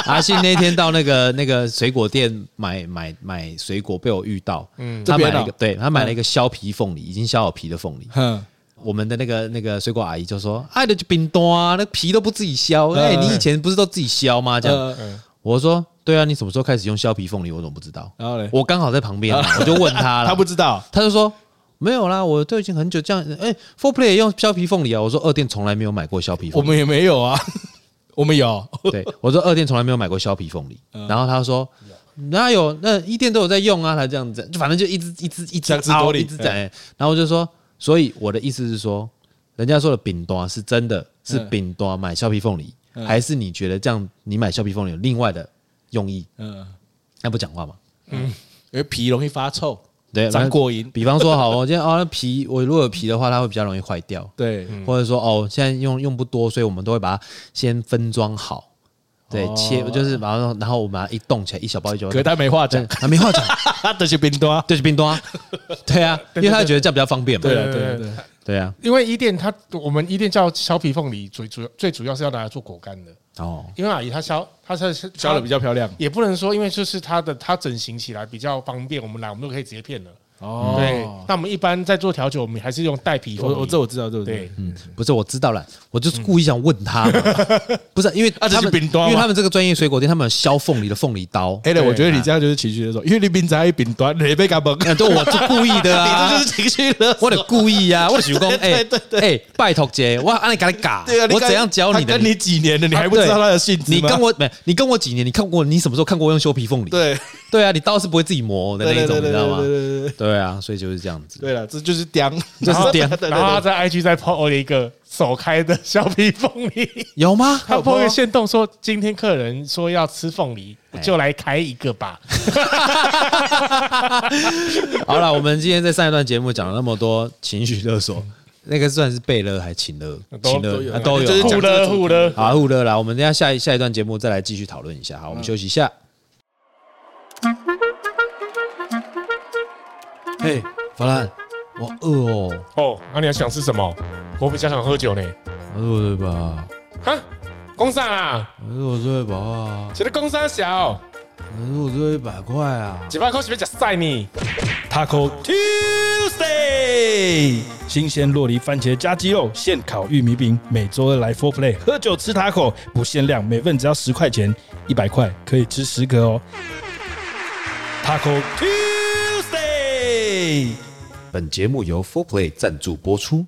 阿信那天到那个那个水果店买买买水果，被我遇到。嗯他买了一这边个，哦对他买了一个削皮凤梨，已经削好皮的凤梨。哼，我们的那个那个水果阿姨就说：“哎，那就冰冻啊，那皮都不自己削。呃哎、你以前不是都自己削吗？”这样，呃，嗯我说：“对啊，你什么时候开始用削皮凤梨？我怎么不知道？然 后嘞，我刚好在旁边嘛，我就问他了。啊他不知道，他就说没有啦，我都已经很久这样。哎、f o r Play 也用削皮凤梨啊。我说二店从来没有买过削皮我凤梨。们也没有啊， 我们嗯有，对，我说二店从来没有买过削皮凤梨。然后他说哪有？那一店都有在用啊。他这样子，就反正就一直一直一直讲之凹多理嗯一直讲。然后我就说，所以我的意思是说，人家说的饼端是真的是嗯饼端买削皮凤梨，嗯还是你觉得这样你买橡皮风铃有另外的用意？嗯，那不讲话嘛？因为皮容易发臭，对，张过瘾，比方说，好，我今天哦，那皮我如果有皮的话，它会比较容易坏掉，对，或者说哦，现在用用不多，所以我们都会把它先分装好，对，哦切就是然后然后我们把它一冻起来，一小包一小包可，他没话对 讲，啊，没话讲，他的是冰多啊。就是冰冻啊， 对啊，因为他觉得这样比较方便嘛对，啊了，对了，对了，对啊，因为伊甸它我们伊甸叫削皮凤梨，最主要最主要是要拿来做果干的，哦，因为阿姨她削她是削的比较。较漂亮也不能说，因为就是它的它整形起来比较方便，我们来我们都可以直接片了。哦对对，，那我们一般在做调酒，我们还是用带皮凤梨。我我这我知道，这我知道对，嗯，不是，我知道了，我就是故意想问他 嘛，不是因为嗯啊这他是们，冰冻啊因为他们这个专业水果店，他们有削凤梨的凤梨刀，哎，对，我觉得你这样就是情绪勒索，因为你冰在一饼端，你被干崩，哎， 对，我是故意的啊， 你这就是情绪勒索。 我得故意 啊，我想讲，哎哎，拜托姐，我按你给他嘎对啊，，你我看怎样教你他的？跟你几年了，你还不啊对知道他的性质你吗跟我没，你跟我几年？你看过你什么时候看过我用修皮凤梨？对对啊，你刀是不会自己磨的那一种，你知道吗对？对对对对啊，所以就是这样子。对了，这就是刁，这是刁对对对然后他对在 IG 在 PO 了一个手开的削皮凤 梨，有吗？ 他有 po 啊 PO 一个限动说，今天客人说要吃凤梨，我哎就来开一个 吧。好了，我们今天在上一段节目讲了那么多情绪勒索，那个算是被勒还情勒？都情都有勒啊都就有是。互讲这个勒主题互勒。好，互勒啦，我们等一下下一下一段节目再来继续讨论一下。好，我们休息一下。嘿，法兰，我饿哦，哦，那、你还想吃什么？我比较想喝酒呢。我说对吧？哈，工商啊，我说我这一百啊，写的工商小，我说我这一百块啊。几百块是不是假晒你？ Taco Tuesday，新鲜洛梨番茄加鸡肉，现烤玉米饼，每周二来 Four Play 喝酒吃 Taco，不限量，每份只要十块钱，一百块可以吃十个哦。Taco Tuesday，本节目由 Four Play 赞助播出。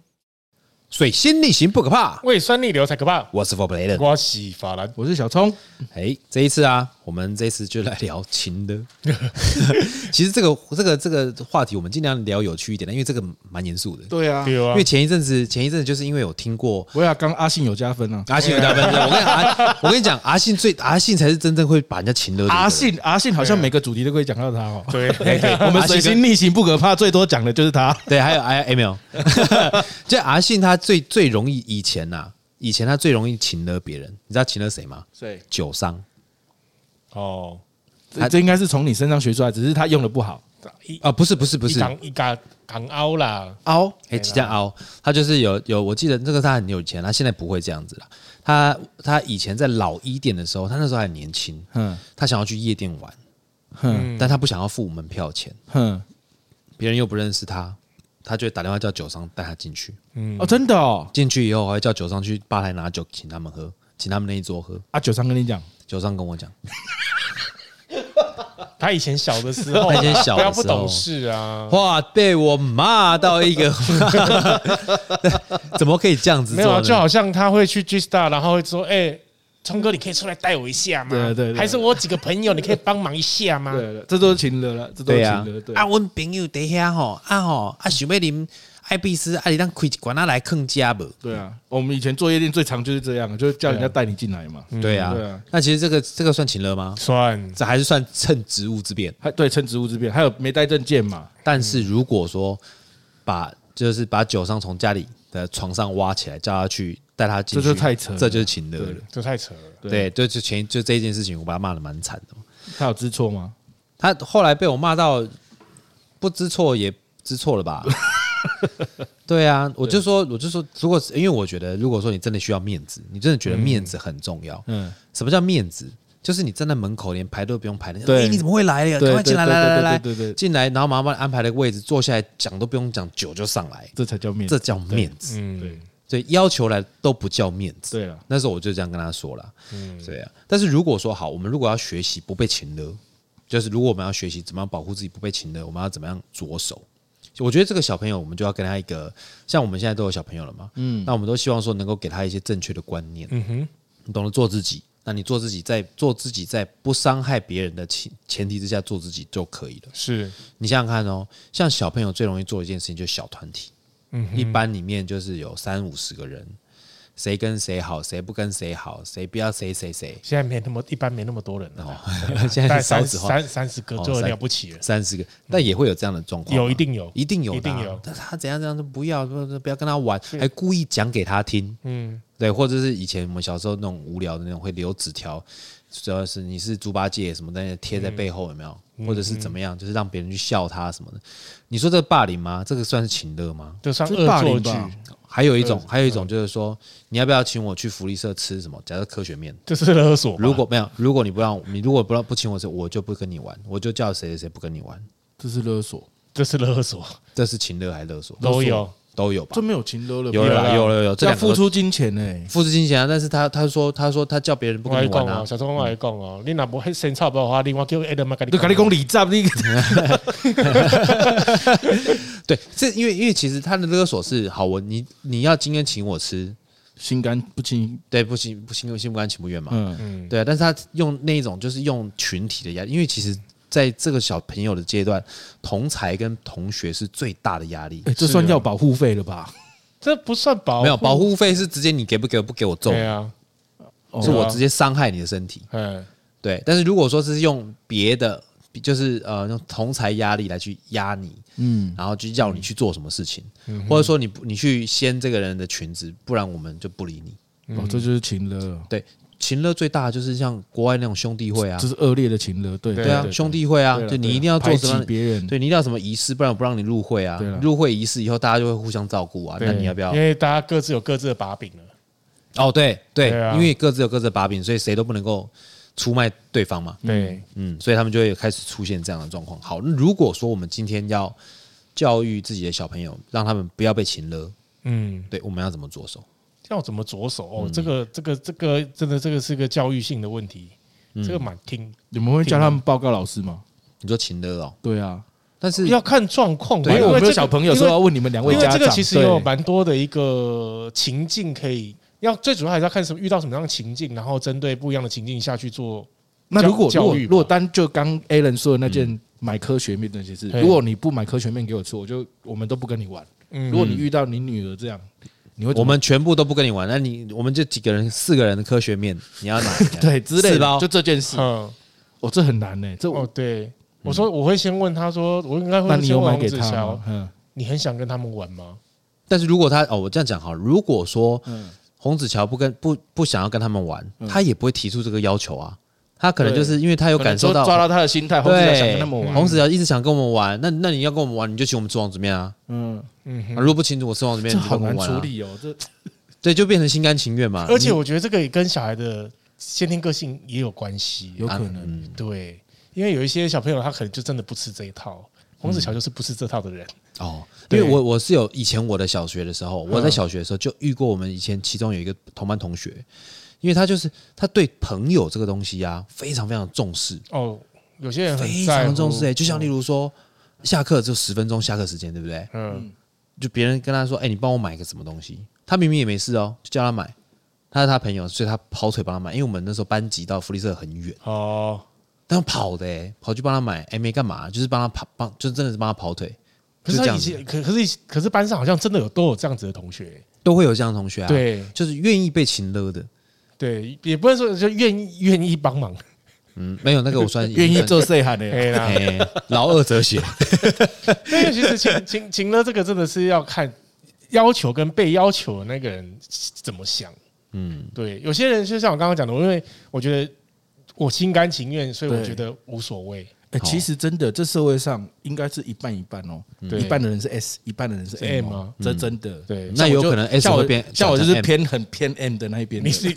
水星逆行不可怕，胃酸逆流才可怕。我是 Four Play 的。我洗法兰，我是小聪，哎，这一次啊，我们这一次就来聊情 的。其实这个这个这个话题，我们尽量聊有趣一点的，因为这个蛮严肃的。对啊，对啊因为，前一阵子，前一阵子就是因为有听过我要刚阿信有加分啊，阿信有加分，我跟你讲，阿我跟你讲，阿信最阿信才是真正会把人家情勒的一个人。阿信阿信好像每个主题都可以讲到他哦。对， 我们阿信水跟星逆行不可怕，最多讲的就是他。对，还有还有 M L，就 阿信他最最容易以前呐、以前他最容易情勒别人，你知道情勒谁吗？对，酒商哦，他这应该是从你身上学出来，只是他用的不好。一啊，不是不是不一是，港一港港凹 啦，凹，哎，即将凹，他就是有有，我记得这个他很有钱，他现在不会这样子了。他他以前在老一店的时候，他那时候还年轻，哼他想要去夜店玩，哼但他不想要付门票钱，哼，别人又不认识他，他就会打电话叫酒商带他进去。哦，真的哦。进去以后，还会叫酒商去吧台拿酒，请他们喝，请他们那一桌喝。啊，九三跟你讲，酒商跟我讲，他以前小的时候，啊他以前小的时候不要不懂事啊。哇，被我骂到一个，怎么可以这样子没有做啊，呢？就好像他会去 G Star，然后会说：“哎、聪哥，你可以出来带我一下吗？”对对对还是我几个朋友，你可以帮忙一下吗？对，这都是情了了，这都是对呀情了，对啊，阮朋友在遐吼，啊吼，啊想要啉艾必斯，啊你当开一罐啊来坑家无？对啊，我们以前做夜店最常就是这样，就是叫人家带你进来嘛，嗯对啊对啊，那其实这个这个算情勒吗？算这还是算趁职务之便。还对趁职务之便，还有没带证件嘛，但是如果说把就是把酒商从家里的床上挖起来，叫他去带他进去，这就太扯了这就是情勒了。这太扯了。对，就就前就这一件事情，我把他骂的蛮惨的嘛。他有知错吗？他后来被我骂到不知错也知错了 吧？对啊，我就说，我就说，如果是因为我觉得，如果说你真的需要面子，你真的觉得面子很重要。嗯，什么叫面子？就是你站在门口连排都不用排的，对哎，你怎么会来呀？对赶快进来，对来来来对对对来，对进来，然后妈妈安排了个位置，坐下来讲都不用讲，酒就上来，这才叫面这子。叫面子。嗯，所以要求来都不叫面子。对啊了，那时候我就这样跟他说了，对啊。但是如果说好，我们如果要学习不被情勒，就是如果我们要学习怎么样保护自己不被情勒，我们要怎么样着手？我觉得这个小朋友，我们就要跟他一个，像我们现在都有小朋友了嘛，嗯，那我们都希望说能够给他一些正确的观念，嗯哼，你懂得做自己，那你做自己在做自己在不伤害别人的前前提之下做自己就可以了。是你想想看哦，像小朋嗯友最容易做的一件事情就是小团体，一班里面就是有三五十个人，谁跟谁好，谁不跟谁好，谁不要谁谁谁。现在没那么一般没那么多人 了，现 大在概是少三子化，三三十个哦就很三了不起了，三十个，但也会有这样的状况吗，有一定有一定有、啊，一定有但他怎样怎样都不要，不不不要跟他玩，还故意讲给他听，嗯，对，或者是以前我们小时候那种无聊的那种会留纸条，主要是你是猪八戒什么的贴在背后有没有，嗯或者是怎么样，就是让别人去笑他什么的。你说这霸凌吗？这个算是情乐吗？就算这恶霸作凌剧，吧还有一种嗯，还有一种就是说，你要不要请我去福利社吃什么？假设科学面，这是勒索吧。如果没有，如果你不让你如果不让不请我吃，我就不跟你玩，我就叫谁谁谁不跟你玩，这是勒索，这是勒索，这是情勒还是勒索？都有都有吧这？没有情勒了吧，有了啦有了有了，这要两个付都出金钱欸呢、付出金钱啊，但是他他说他说他叫别人不我跟来你讲玩哦，啊，小钟我来讲哦，你若无迄生草包的话，你我叫 Adam 麦跟你就讲。跟嗯你讲礼赞，你对，这因为因为其实他的勒索是好，我你你要今天请我吃， 心甘不情，对，不行不行，心不甘情不愿嘛，嗯，嗯，对啊，但是他用那一种就是用群体的压力，因为其实在这个小朋友的阶段，同才跟同学是最大的压力哎、。这算要保护费了吧？这不算保护没有保护费是直接你给不给我不给我揍，对啊，哦是我直接伤害你的身体。嗯，对，但是如果说是用别的，就是呃用同才压力来去压你，嗯，然后就叫你去做什么事情，或者说你不你去掀这个人的裙子，不然我们就不理你。哦，这就是情勒了，对，啊情乐最大的就是像国外那种兄弟会啊这，是恶劣的情勒，对对啊，兄弟会啊，对啦就你对啦一定要做排什么挤样的，别人，对你一定要什么仪式，不然我不让你入会啊对啦。入会仪式以后，大家就会互相照顾啊。对那你要不要因？为大家各自有各自的把柄了。哦，对对对，啊因为各自有各自的把柄，所以谁都不能够出卖对方嘛。对，嗯，所以他们就会开始出现这样的状况。好，那如果说我们今天要教育自己的小朋友，让他们不要被情勒，嗯，对，我们要怎么着手？要怎么着手？嗯哦，这个这个这个真的这个是个教育性的问题，嗯这个蛮听，你们会叫他们报告老师吗？你说情勒哦，对啊，但是要看状况吧。对，因为这我们有个小朋友说要问你们两位因为家这长，个其实对有蛮多的一个情境可以，要最主要还是要看什么遇到什么样的情境，然后针对不一样的情境下去做。那如果教如果教育吧如果单就刚 Alan 说的那件买科学面那件事，对如果你不买科学面给我吃，我就我们都不跟你玩。嗯如果你遇到你女儿这样，你会怎我么们全部都不跟你玩，那你我们就几个人，四个人的科学 面，你要哪一个？对之类四的，包就这件事，嗯，哦，这很难呢。这哦我对，我说我会先问他说，我应该那会你先有问买王给子他乔吗，？嗯，你很想跟他们玩吗？但是如果他哦，我这样讲好了，如果说嗯洪子乔不跟不不想要跟他们玩，他也不会提出这个要求啊。他可能就是因为他有可能感受说到抓到他的心态，或者想跟他们对，玩洪。子乔一直想跟我们玩，那那你要跟我们玩，你就请我们吃王子面啊。嗯，嗯啊哼，如果不请我吃王子面，这你就好跟我难们玩处啊。理哦。这对，就变成心甘情愿嘛。而且你我觉得这个也跟小孩的先天个性也有关系，有可啊能，嗯对，因为有一些小朋友他可能就真的不吃这一套，洪子乔就是不吃这套的人，哦，因对为我我是有以前我的小学的时候，我在嗯小学的时候就遇过我们以前其中有一个同班同学，因为他就是他对朋友这个东西啊非常非常重视，哦，有些人很非在乎嗯常重视哎、就像例如说下课就十分钟下课时间，对不对？嗯，就别人跟他说，哎、你帮我买个什么东西，他明明也没事哦，就叫他买。他是他朋友，所以他跑腿帮他买，因为我们那时候班级到福利社很远，哦，但他跑的、欸，跑去帮他买，哎、没干嘛，就是帮他跑，帮就是真的是帮他跑腿，可是就这他样以子前可可是可是班上好像真的有都有这样子的同学，都会有这样的同学啊，，对就是愿意被情勒的，对，也不能说就愿意愿意帮忙，嗯，没有那个我算 愿意做 say 喊的，啊对啦，哎，老二哲学， 因为其实情情情乐这个真的是要看要求跟被要求的那个人怎么想。嗯，对，有些人就像我刚刚讲的，我因为我觉得我心甘情愿，所以我对觉得无所谓。哎，哦其实真的，这社会上应该是一半一半哦，对一半的人是 S，一半的人是是 M， M 哦啊这真的。对，嗯那有可能 S 像我会变像我就转成是 M 偏很偏 M 的那一边的。你是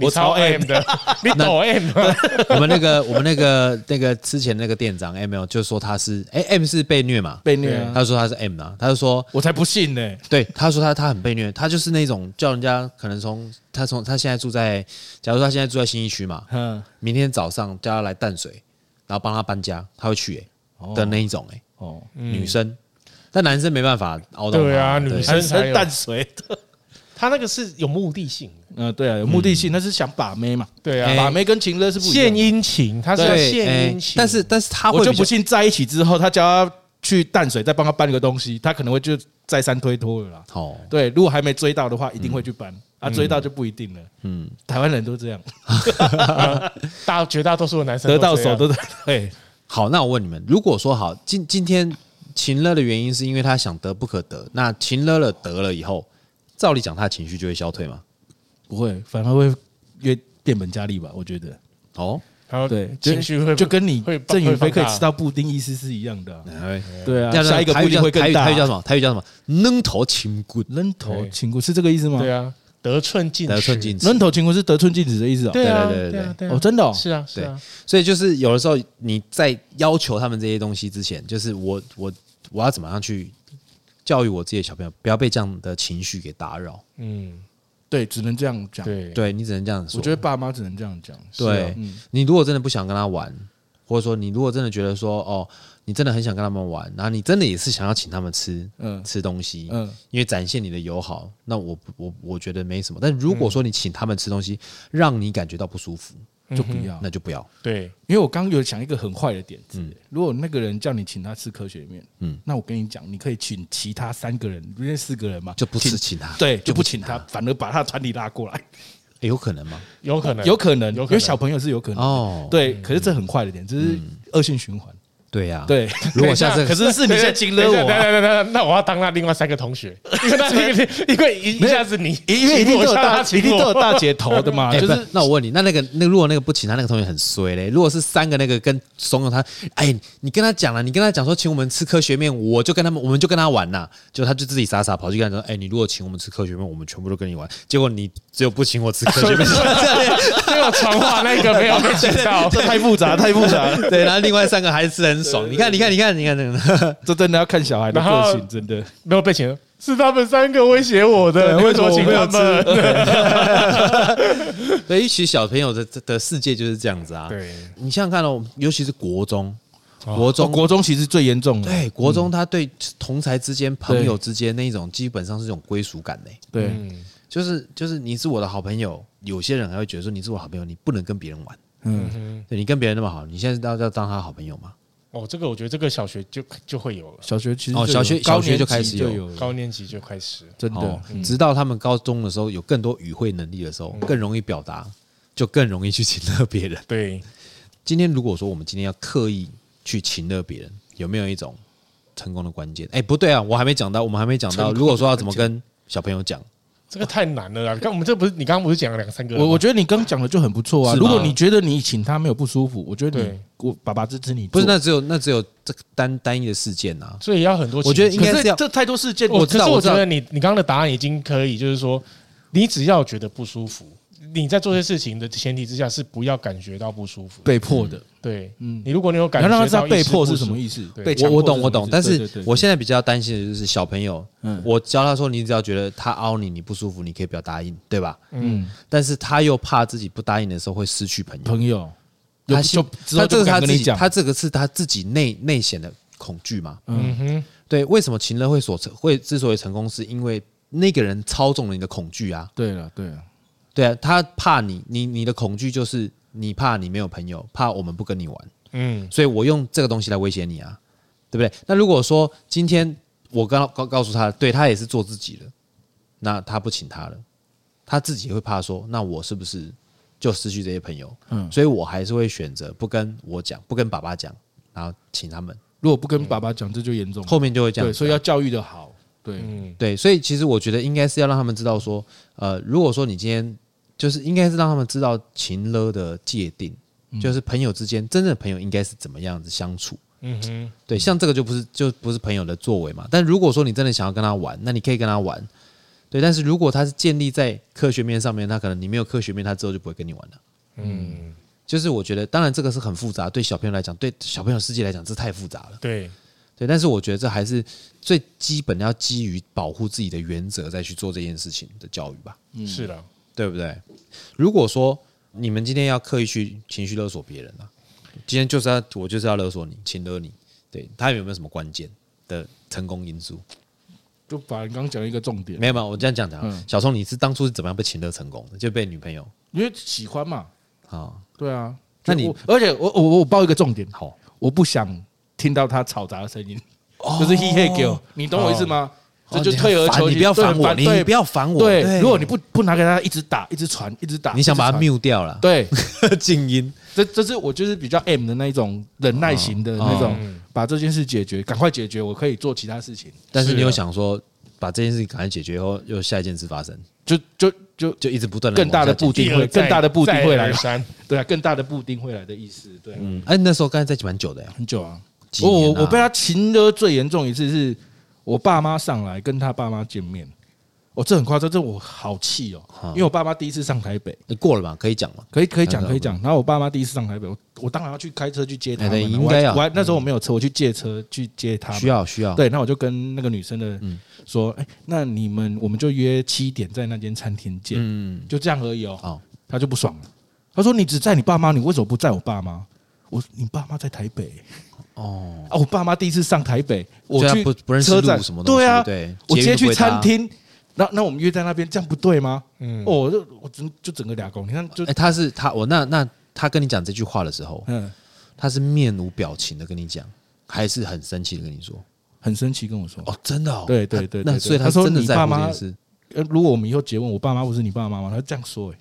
我 我超超 M 的，你抖 M 的，我们那个我们那个那个之前那个店长 M L 就说他是哎、M 是被虐嘛，被虐啊，他说他是 M 啊，他就说我才不信呢、对，他说他他很被虐，他就是那种叫人家可能从他从他现在住在，假如说他现在住在新一区嘛，嗯，明天早上叫他来淡水，然后帮他搬家，他会去、欸、的那一种哎、欸哦，女生，但男生没办法熬到对啊他女生很才很有淡水的。他那个是有目的性的， 嗯、对啊，有目的性，那是想把妹嘛。对哎把啊，妹跟情勒是不一献样的。殷勤，他是要对，献欸殷勤，哎但是但是他会我就比不较信在一起之后，他叫他去淡水再帮他搬个东西，他可能会就再三推脱了啦。哦，对，如果还没追到的话，一定会去搬。啊，追到就不一定了。嗯，台湾人都这样，大绝大多数的男生 得到这手样都在。对，好，那我问你们，如果说好，今今天秦乐的原因是因为他想得不可得，那秦乐了得了以后，照理讲他的情绪就会消退嘛？ 不会，反而会越变本加厉吧？我觉得，哦，然后对，就情绪会就跟你会郑宇飞可会以放大吃到布丁意思是一样的啊。哎对要啊，不然下一个台不语一定叫会更大台语台语叫。什么？台语叫什么？扔头轻棍，扔头情骨是这个意思吗？对啊，得寸进得尺寸进，尺。扔头情骨是得寸进尺的意思啊。对啊，对对对对啊，对啊哦，，真的哦，是啊，是啊，所以就是有的时候你在要求他们这些东西之前，就是我我我要怎么样去教育我自己的小朋友，不要被这样的情绪给打扰。嗯，对，只能这样讲。对，对你只能这样说。我觉得爸妈只能这样讲。是对、啊嗯你如果真的不想跟他玩，或者说你如果真的觉得说哦，你真的很想跟他们玩，然后你真的也是想要请他们吃嗯吃东西，嗯，因为展现你的友好，那我我我觉得没什么。嗯但如果说你请他们吃东西，让你感觉到不舒服，就不要。那就不要。对，因为我刚有想一个很坏的点子、嗯如果那个人叫你请他吃科学面，嗯嗯，那我跟你讲，你可以请其他三个人，因为四个人嘛，就不吃请请他，对，就不不请他，反而把他的团体拉过来，诶有可能吗？有可能，有可能，有可能因为小朋友是有可能，哦，对，可是这很坏的点，这是恶性循环，对啊呀、对。如果下次可是是你等一先下请了我等一下啊、等一下等一下那我要当他另外三个同 学，因为那因为一一下子你，因为一定都有请我大，下次一他请定都我 有大姐头的 嘛，哎啊就不是是那我问你，那那个那如果那个不请他那个同学很衰嘞，如果是三个那个跟怂恿他，哎，你跟他讲了，你跟他讲说请我们吃科学面，我就跟他们我们就跟他玩呐，就他就自己傻傻跑去跟他说，哎，你如果请我们吃科学面，我们全部都跟你玩，结果你只有不请我吃科学面， 结果传话那个没有被请到，这太复杂，太复杂了，对，然后另外三个还是吃得很爽，你看你看你看你看这个，这真的要看小孩的然后个性，真的。 没有被请到，是他们三个威胁我的，对你为什么为什请么他我 没有们？对，尤其小朋友的的的世界就是这样子啊，对，你想想看哦，尤其是国中，国哦中国嗯中其实最严重的，对，国中他对同才之间、朋友之间那一种，基本上是一种归属感嘞、对，嗯，就是就是你是我的好朋友，有些人还会觉得说你是我好朋友，你不能跟别人玩。嗯，对你跟别人那么好，你现在要要当他好朋友吗？哦，这个我觉得这个小学就就会有了，小学其实哦就有小学高小学年就开级始就有了高年级就开始，真的。哦，直到他们高中的时候有更多语汇能力的时候，更容易表达，就更容易去请乐别人。 对，今天如果说我们今天要刻意去请乐别人，有没有一种成功的关键？哎，不对啊，我还没讲到，我们还没讲到，如果说要怎么跟小朋友讲，这个太难了啦。刚我们这不是你刚刚不是讲了两三个人吗？我我觉得你刚讲的就很不错啊。是吗如果你觉得你请他没有不舒服，我觉得你对我爸爸支持你做。不是那只有那只有这个单单一的事件呐、啊。所以要很多情绪，我觉得应该可是是要这太多事件，我我知可道是我我知觉道得你你刚刚的答案已经可以，就是说，你只要觉得不舒服，你在做这些事情的前提之下是不要感觉到不舒服。被迫的，对，嗯你如果你有你感要觉让他到知道被迫是一丝什么不舒意思。对被强我迫我懂什么我懂意，思但对对是对我现在比较担心的就是小朋友，嗯我教他说，你只要觉得他凹你，你不舒服，你可以不要答应，对吧？嗯，但是他又怕自己不答应的时候会失去朋友，朋友，有他就心之他后这个是他就不敢跟自你己，讲，他这个是他自己内内显的恐惧嘛？嗯哼，对，为什么情人会所成会之所以成功，是因为那个人操纵了你的恐惧啊？对了对了，对啊，他怕你，你你的恐惧就是你怕你没有朋友，怕我们不跟你玩。嗯，所以我用这个东西来威胁你啊，对不对？那如果说今天我刚告告诉他，对他也是做自己了，那他不请他了，他自己会怕说，那我是不是就失去这些朋友？嗯所以我还是会选择不跟我讲，不跟爸爸讲，然后请他们，如果不跟爸爸讲，这就严重了。后面就会这样对，子啊。所以要教育的好。对，对，所以其实我觉得应该是要让他们知道说，呃，如果说你今天就是应该是让他们知道情勒的界定，就是朋友之间真正的朋友应该是怎么样子相处。嗯哼，对，像这个就不是就不是朋友的作为嘛。但如果说你真的想要跟他玩，那你可以跟他玩。对，但是如果他是建立在科学面上面，他可能你没有科学面，他之后就不会跟你玩了。嗯，就是我觉得，当然这个是很复杂，对小朋友来讲，对小朋友世界来讲，这太复杂了。对，对，但是我觉得这还是最基本要基于保护自己的原则再去做这件事情的教育吧，嗯是的，对不对？如果说你们今天要刻意去情绪勒索别人啊，今天就是要我就是要勒索你，情勒你，对他有没有什么关键的成功因素？就把你刚刚讲一个重点，没有没有，我这样讲讲啊，嗯小聪，你是当初是怎么样被情勒成功的？就被女朋友因为喜欢嘛，啊、哦对啊。那就你我而且我我我报一个重点，好，哦我不想听到他吵杂的声音，就是 he he 给我，你懂我意思吗？哦这就退而你很烦求其你不要对烦我，反你对你不要烦我。对，如果你不不拿给他一直打，一直传，一直打，你想把它一直 mute 掉了， 传对，静音。这这是我就是比较 M 的那一种忍耐型的那哦种，把这件事解决，赶快解决，我可以做其他事情，但是是你有啊想说，把这件事情赶快解决后，又下一件事发生，就就就就一直不断的更大的布丁一会而再更大的布丁会再来而，三对啊，更大的布丁会来的意思，对，啊嗯，哎，那时候刚才在一起蛮久的耶，很久啊，几我我年啊我被他情勒最严重一次是，我爸妈上来跟他爸妈见面，我、这很夸张，这我好气哦，因为我爸妈第一次上台北，你过了吧？可以讲嘛？可以可以讲那可以讲，然后我爸妈第一次上台北，我我当然要去开车去接他哎们对啊，应该我要嗯还我还那时候我没有车，我去借车去接他们，需要需嗯要，对，那我就跟那个女生的说，哎、那你们我们就约七点在那间餐厅见，嗯，就这样而已哦。好，她就不爽了，她说你只在你爸妈，你为什么不在我爸妈？我说你爸妈在台北哦，啊，我爸妈第一次上台北，我所以他去不不认识车站路什么东西，对啊，对，我直接捷运都不会去搭餐。厅，那那我们约在那边，这样不对吗？嗯哦，我就我整就整个俩公，你看就哎，他是他，我那那他跟你讲这句话的时候，嗯他是面无表情的跟你讲，还是很生气的跟你说？很生气跟我说，哦，真的哦，对对对对那对所以他说真的你在爸乎这妈件事，呃，如果我们以后结婚，我爸妈不是你爸妈吗？他这样说、欸，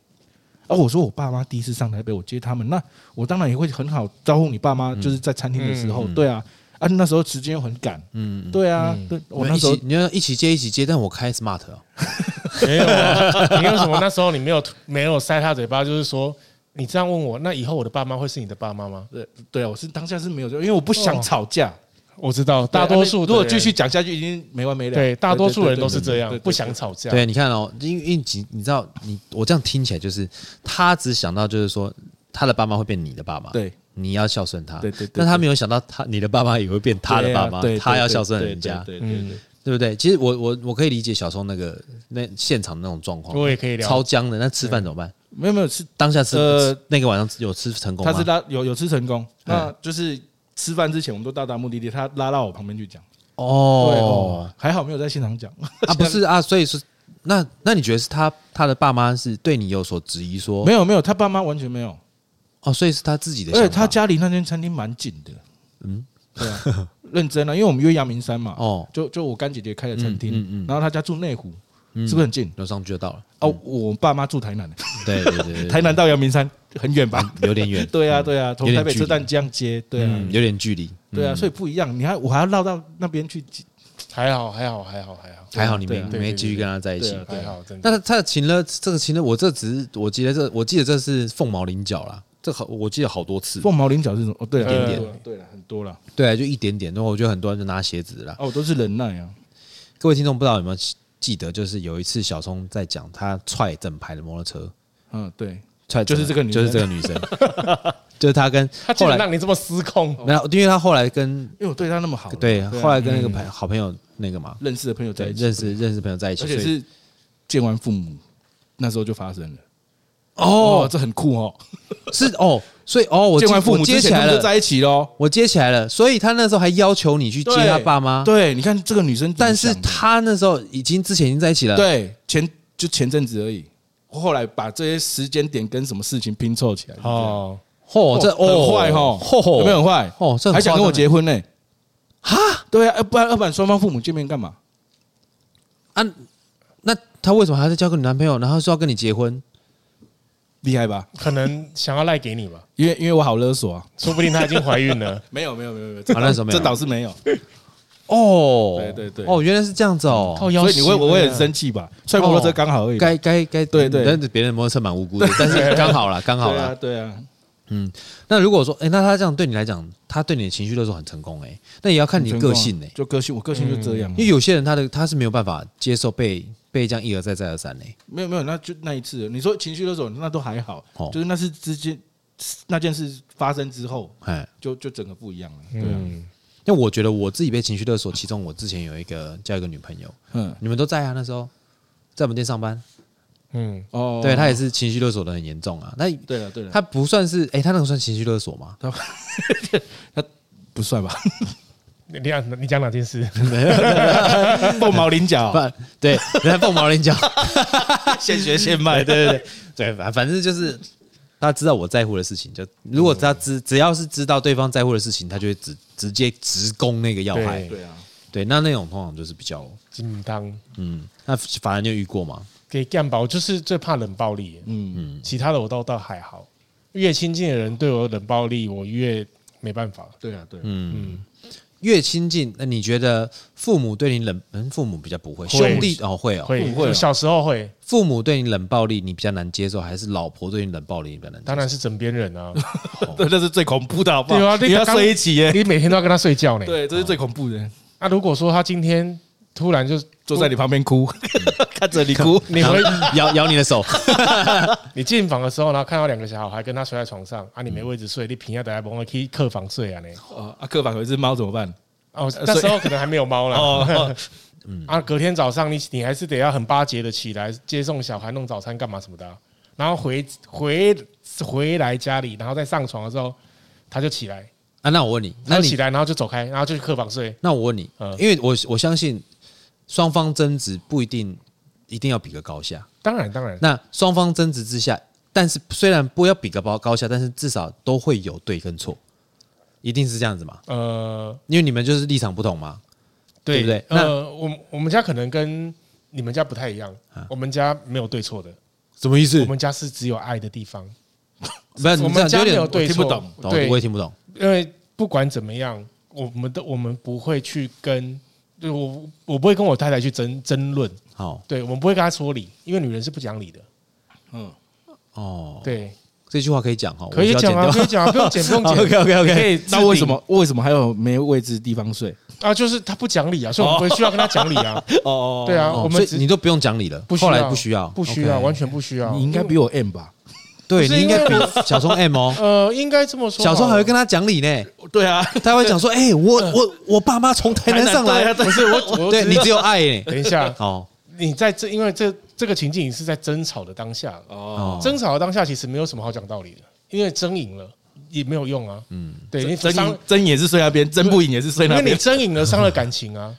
啊，我说我爸妈第一次上台北，我接他们，那我当然也会很好招呼你爸妈，就是在餐厅的时候，对啊，啊，那时候时间又很赶，嗯，对啊，对，我那时候你们一起你要一起接一起接，但我开 smart 哦，没有啊，你为什么那时候你没有没有塞他嘴巴？就是说你这样问我，那以后我的爸妈会是你的爸妈吗？对对啊，我是当下是没有，因为我不想吵架，我知道，大多数的啊如果人继续讲下去，已经没完没了。对大多数人都是对对这对样对，对啊不想吵架。对，你看哦，因为因为你你知道，你我这样听起来就是，他只想到就是说，他的爸妈会变你的爸妈，，对你要孝顺他，对对对但他没有想到他你的爸妈也会变他的爸妈，对啊对他要对孝顺对人家，对对对对嗯，对不对？其实我我我可以理解小时候那个那现场那种状况，啊我也可以聊超僵的。那吃饭怎么办？没有没有是当下吃呃那个晚上有吃成功他吗？是拉有有吃成功，那就是吃饭之前我们都到达目的地，他拉到我旁边去讲。哦对哦，，还好没有在现场讲。 啊不是啊，所以是那那你觉得是他他的爸妈是对你有所质疑说没有没有，他爸妈完全没有，哦，所以是他自己的而且想他法家离那间餐厅蛮近的。嗯，对啊， 认真啊，因为我们约阳明山嘛，哦，就就我干姐姐开的餐嗯嗯厅嗯，然后他家住内湖，嗯是不是很近？有上去就到了。哦，我爸妈住台南，对对对，对 台南到阳明山很远吧？有点远， 对啊对啊，从有点台北距车站离这样接，对啊嗯，有点距离，对啊，所以不一样。你还我还要绕到那边去，还好，还好，还好，还好，嗯还好你没对啊你没继续跟他在一起对啊。还好，真的。那他他的情了，这个情了，我这只是我记得这我记得这是凤毛麟角啦，这好我记得好多次，凤毛麟角是什么？哦，对啊，一点点对啊对了，很多了。对啊，就一点点。然后我觉得很多人就拿鞋子啦。哦，我都是忍耐啊。各位听众不知道有没有记得，就是有一次小松在讲他踹整排的摩托车，嗯，对，踹整就是这个女就是这个女生， 就是他跟他竟后然来让你这么失控，没有，因为他后来跟因为我对他那么好了，对啊后来跟那个朋好朋友那个嘛，认识的朋友在对一起，认识认识朋友在一起，而且所以是见完父母那时候就发生了。哦哦，这很酷哦！是哦，所以哦我见接完父母我接之起前他来们就了，在一起喽。我接起来了，所以他那时候还要求你去接对他爸妈，对，你看这个女生怎么啊但是想的，他那时候已经之前已经在一起了，，对前就前阵子而已，后来把这些时间点跟什么事情拼凑起来。哦，哦，嚯，这哦，很坏哦嚯嚯，有没有很坏？哦这很还想跟我夸张结婚呢？哈，对啊，要不然要不然双方父母见面干嘛？啊？那他为什么还在交个女男朋友，然后说要跟你结婚？厉害吧？可能想要赖给你吧，因为因为我好勒索啊！说不定她已经怀孕了。没有没有没有没有，这啊那时候没有这倒是没有。哦，对对对哦，原来是这样子哦，所以你会我会很生气吧？踹摩托车刚好而已吧。该该该，对对但是别人摩托车蛮无 辜的，但是刚好啦，刚好对啊啦。对啊，那如果说，哎，那他这样对你来讲，他对你的情绪勒索很成功，哎，那也要看你的个性呢，哎啊就个性，我个性就这样啊。因为有些人他的他是没有办法接受被被这样一而再再而三呢。哎没有没有，那就那一次，你说情绪勒索，那都还好，哦就是那是之间那件事发生之后，哎，就就整个不一样了。对啊，嗯，那我觉得我自己被情绪勒索，其中我之前有一个交一个女朋友，嗯，你们都在啊，那时候在我们店上班，嗯，哦，对他也是情绪勒索的很严重啊。那对了对了，他他不算是，哎、他那个算情绪勒索吗？哦不算 吧？嗯你讲你讲哪件事？ 凤毛麟角啊 不，， 对，人家凤毛麟角，现学现卖，对对对，对，反反正就是他知道我在乎的事情，就如果嗯他知只要是知道对方在乎的事情，他就会直直接直攻那个要害对。对啊，对，那那种通常就是比较，金汤嗯，那法兰就遇过嘛，给干吧，我就是最怕冷暴力，嗯嗯，其他的我倒倒还好。越亲近的人对我冷暴力，我越没办法。对啊，对啊， 嗯，嗯，越亲近，那你觉得父母对你冷，嗯，父母比较不会，会兄弟哦会哦，会会啊我小时候会，父母对你冷暴力你比较难接受，还是老婆对你冷暴力你比较难接受？当然是枕边人啊，对，这是最恐怖的，好不好？对啊那个你要刚睡一起耶，你每天都要跟他睡觉呢。 对，这是最恐怖的，啊，如果说他今天突然就坐在你旁边哭， 看着你哭，你回咬咬你的手，啊你进房的时候，然后看到两个小孩跟他睡在床上，啊，你没位置睡，你平下等下帮我去客房睡啊呢。哦，啊，客房有一只猫怎么办？哦，呃那时候可能还没有猫啦。哦，哦啊，隔天早上你你还是得要很巴结的起来接送小孩、弄早餐干嘛什么的啊、然后回回回来家里，然后再上床的时候，他就起来，啊，那我 问你，那他就起你来，然后就走开，然后就去客房睡。那我问你嗯，因为我我相信双方争执不一定一定要比个高下，当然，当然，那双方争执之下，但是虽然不要比个高高下，但是至少都会有对跟错，一定是这样子嘛？呃，因为你们就是立场不同嘛。对对不对呃，我们我们家可能跟你们家不太一样，啊我们家没有对错的，什么意思我们家是只有爱的地方。不是我你这们样家有没有点对听不错，懂懂对我，也听不懂。因为不管怎么样，我们都我们不会去跟，就我我不会跟我太太去争争论，好对我们不会跟她说理，因为女人是不讲理的，嗯，哦，对，这句话可以讲哈，可以讲啊，可以讲啊，不用剪，不 用剪 OK OK 你可 OK，以置哦那为顶什么为什么还有没位置的地方睡？啊？就是她不讲理啊，所以我们不需要跟她讲理啊，哦对啊， 哦所我们以只你都不用讲理了不，需后要来不需要，不需要， OK 完全不需要，你应该比我 M 吧？对不你是应该因比为小时候 M 哦，呃，应该这么说好小了，时候还会跟他讲理 呢，对啊，他会讲说，哎，我我我爸妈从台南上啊来，不是我，我对你只只有爱耶， 等一下，哦你在这，因为这这个情境是在争吵的当下，哦，争吵的当下其实没有什么好讲道理的，因为争赢了也没有用啊。嗯，对你争伤赢，争也是睡那边，争不赢也是睡因那为你边。争赢了伤了感情啊，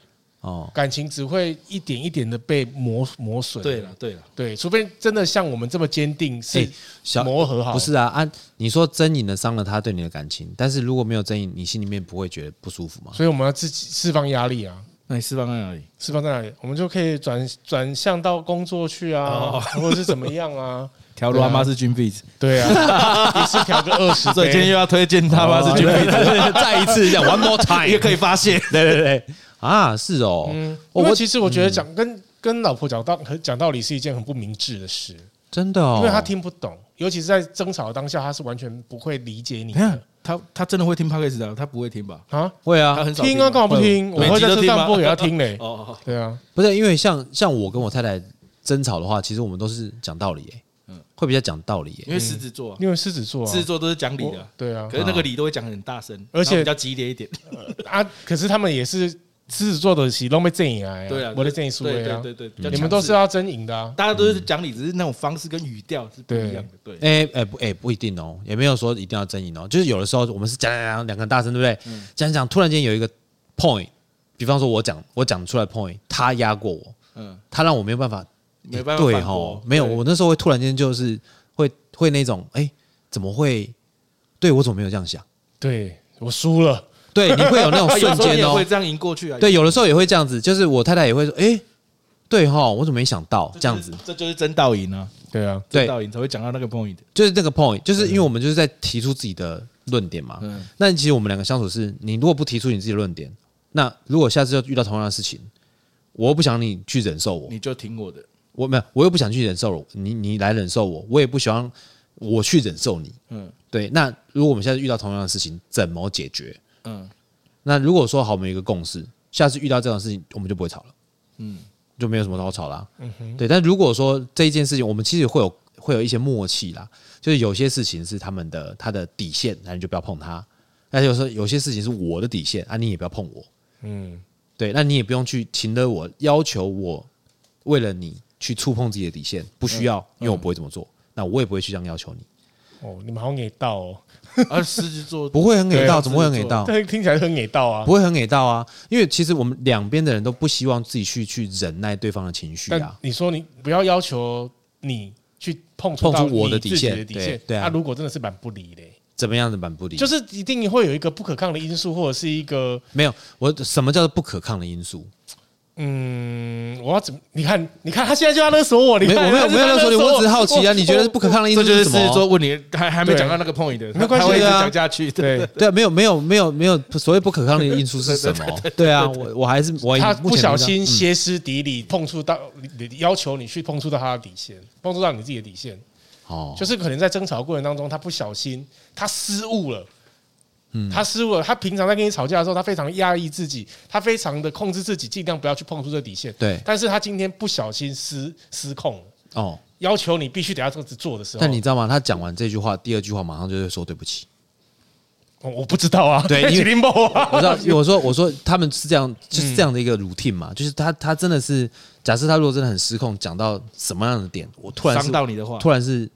哦，感情只会一点一点的被磨磨损。对了，对了，对，除非真的像我们这么坚定，是哎小磨合好，不是啊，啊，你说真赢了伤了他对你的感情，但是如果没有真赢，你心里面不会觉得不舒服吗？所以我们要自己释放压力啊。那你释放在哪里？释放在哪里？我们就可以转转向到工作去啊，哦或者是怎么样 啊？调罗阿妈是军费，对啊，一次调个二 十所以今天杯又，要推荐他妈是军 费， 再一次这样，one more 一 time，个可以发泄。哦对对对，啊，是哦，嗯，我因为我其实我觉得嗯讲跟跟老婆讲道讲道理是一件很不明智的事。真的哦，因为他听不懂，尤其是在争吵的当下，他是完全不会理解你 你看的他，他真的会听 podcast 的，他不会听吧？啊。会他啊，很少听啊，干嘛不听？我每会集在都车听吗。上播给他听嘞 哦，对啊，不是因为像像我跟我太太争吵的话，其实我们都是讲道理、欸，嗯会比较讲道理、欸，因为狮子座啊，因为狮子座啊狮，子座都是讲理的我，对啊可是那个理都会讲得很大声，而且然后比较激烈一点。啊，可是他们也是狮子座的，喜都被阵营来，对啊，我的阵营输对了啊，对对对，比较你们强都势是要争赢的啊。大家都是讲理，只是那种方式跟语调是不一样的。对，哎、哎、不哎、不一定哦，也没有说一定要争赢哦，就是有的时候我们是讲讲讲两个人大声，对不对？嗯讲讲讲，突然间有一个 point，比方说我讲我讲出来 point，他压过我，嗯，他让我没有办法，没办法对反哦驳，没有，对我那时候会突然间就是会会那种，哎、怎么会？对我怎么没有这样想？对我输了，对，你会有那 种啊有瞬时候间也哦会，这样赢过去啊。对，有的时候也会这样子，就是我太太也会说，哎、对哈、我怎么没想到这样子？这就是真道赢啊，对啊，对真道赢才会讲到那个 point。就是那个 point，就是因为我们就是在提出自己的论点嘛。嗯那其实我们两个相处是，你如果不提出你自己的论点，那如果下次又遇到同样的事情，我又不想你去忍受我，你就听我的，我没有，我又不想去忍受我，你你来忍受我，我也不希望我去忍受你。嗯对，那如果我们下次遇到同样的事情，怎么解决？ 嗯，那如果说好，我们有一个共识，下次遇到这种事情，我们就不会吵了，嗯嗯，就没有什么好吵啦、嗯对，但如果说这一件事情，我们其实会有会有一些默契啦，就是有些事情是他们的他的底线，那你就不要碰他；那有时候有些事情是我的底线，啊，你也不要碰我。嗯，对，那你也不用去请了我，要求我为了你去触碰自己的底线，不需要，嗯因为我不会这么做，那我也不会去这样要求你，哦，你们好给到哦，而啊狮子座不会很给对啊到，我怎么会很给知到？但听起来很给到啊不。会很给到啊，因为其实我们两边的人都不希望自己去去忍耐对方的情绪但啊。你说你不要要求你去碰触碰到触我你的底自己线的底对线，对啊如果真的是蛮不理嘞，怎么样的满不理，就是一定会有一个不可抗的因素，或者是一个没有我什么叫做不可抗的因素？嗯，我要怎么？你看，你看，他现在就要勒索我，你没看，有我没有没他就有勒索你，我只是好奇啊，你觉得不可抗的因素这就是什狮子座么？问你还还没对讲到那个 point 的，没关系他会一直啊讲下去。对，对啊，没有没有没有没有所谓不可抗力的因素是什么？对啊，我我还是我他目不前小不知道心嗯歇斯底里碰触到，你你要求你去碰触到他的底线，碰触到你自己的底线，哦，就是可能在争吵过程当中，他不小心，他失误了。嗯他失误了。他平常在跟你吵架的时候，他非常压抑自己，他非常的控制自己，尽量不要去碰触这底线。对但是他今天不小心失失控了，哦，要求你必须得要这样子做的时候，但你知道吗？他讲完这句话，第二句话马上就会说对不 起。我我不知道啊，对因为 吉林某啊，我知道，我说我说他们是这样，就是这样的一个 routine 嘛，就是他他真的是，假设他如果真的很失控，讲到什么样的点，我突然是伤到你的话，突然是，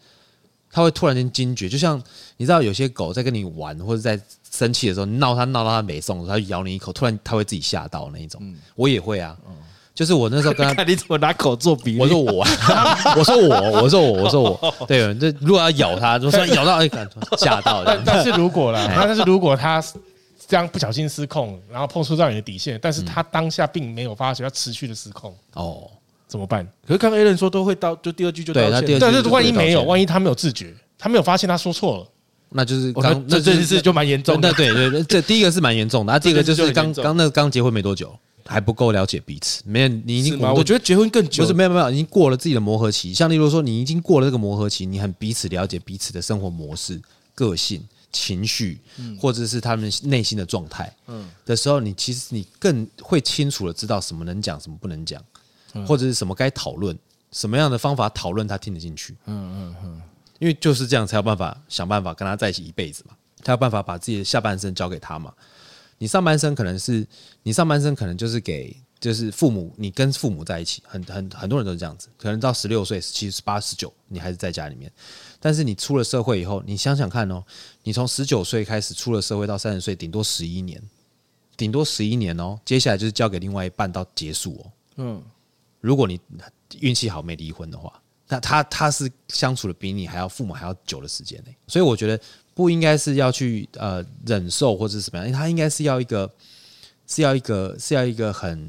他会突然间惊觉，就像你知道有些狗在跟你玩或者在生气的时候闹它闹到它没送，它咬你一口，突然它会自己吓到那一种，我也会啊，就是我那时候跟 他看你怎么拿口做比喻。我说我，我说我，我说我，我说我，对，这如果要咬它，就突然咬到，哎，感吓到这但样，但是如果啦，那但是如果他这样不小心失控，然后碰触到你的底线，但是他当下并没有发觉，他持续的失控哦，怎么办？可是刚刚 a l n 说都会道，就第二句就道对他歉第了二。但句是就万一没有，道歉万一他没有自觉，他没有发现他说错了，那就是哦那刚这这件事就蛮严重真的的，对对对，这第一个是蛮严重的，啊，第二个这就件是事就很刚严重刚那刚结婚没多久，还不够了解彼此，没有你已是经吗？我觉得结婚更久不是，没有没有，已经过了自己的磨合期。像例如说，你已经过了这个磨合期，你很彼此了解彼此的生活模式、个性、情绪，或者是他们内心的状态，的时候，你其实你更会清楚的知道什么能讲，什么不能讲，或者是什么该讨论，什么样的方法讨论他听得进去。嗯嗯嗯，因为就是这样才有办法想办法跟他在一起一辈子嘛，才有办法把自己的下半生交给他嘛。你上半身可能是你上半身可能就是给就是父母，你跟父母在一起，很很很多人都是这样子，可能到十六岁、十七、十八、十九，你还是在家里面。但是你出了社会以后，你想想看哦，你从十九岁开始出了社会到三十岁，顶多十一年，顶多十一年哦。接下来就是交给另外一半到结束哦。嗯，如果你运气好没离婚的话，那他他是相处的比你还要父母还要久的时间呢、所以我觉得不应该是要去呃忍受或者是怎么样，因为他应该是要一个是要一个是要一个很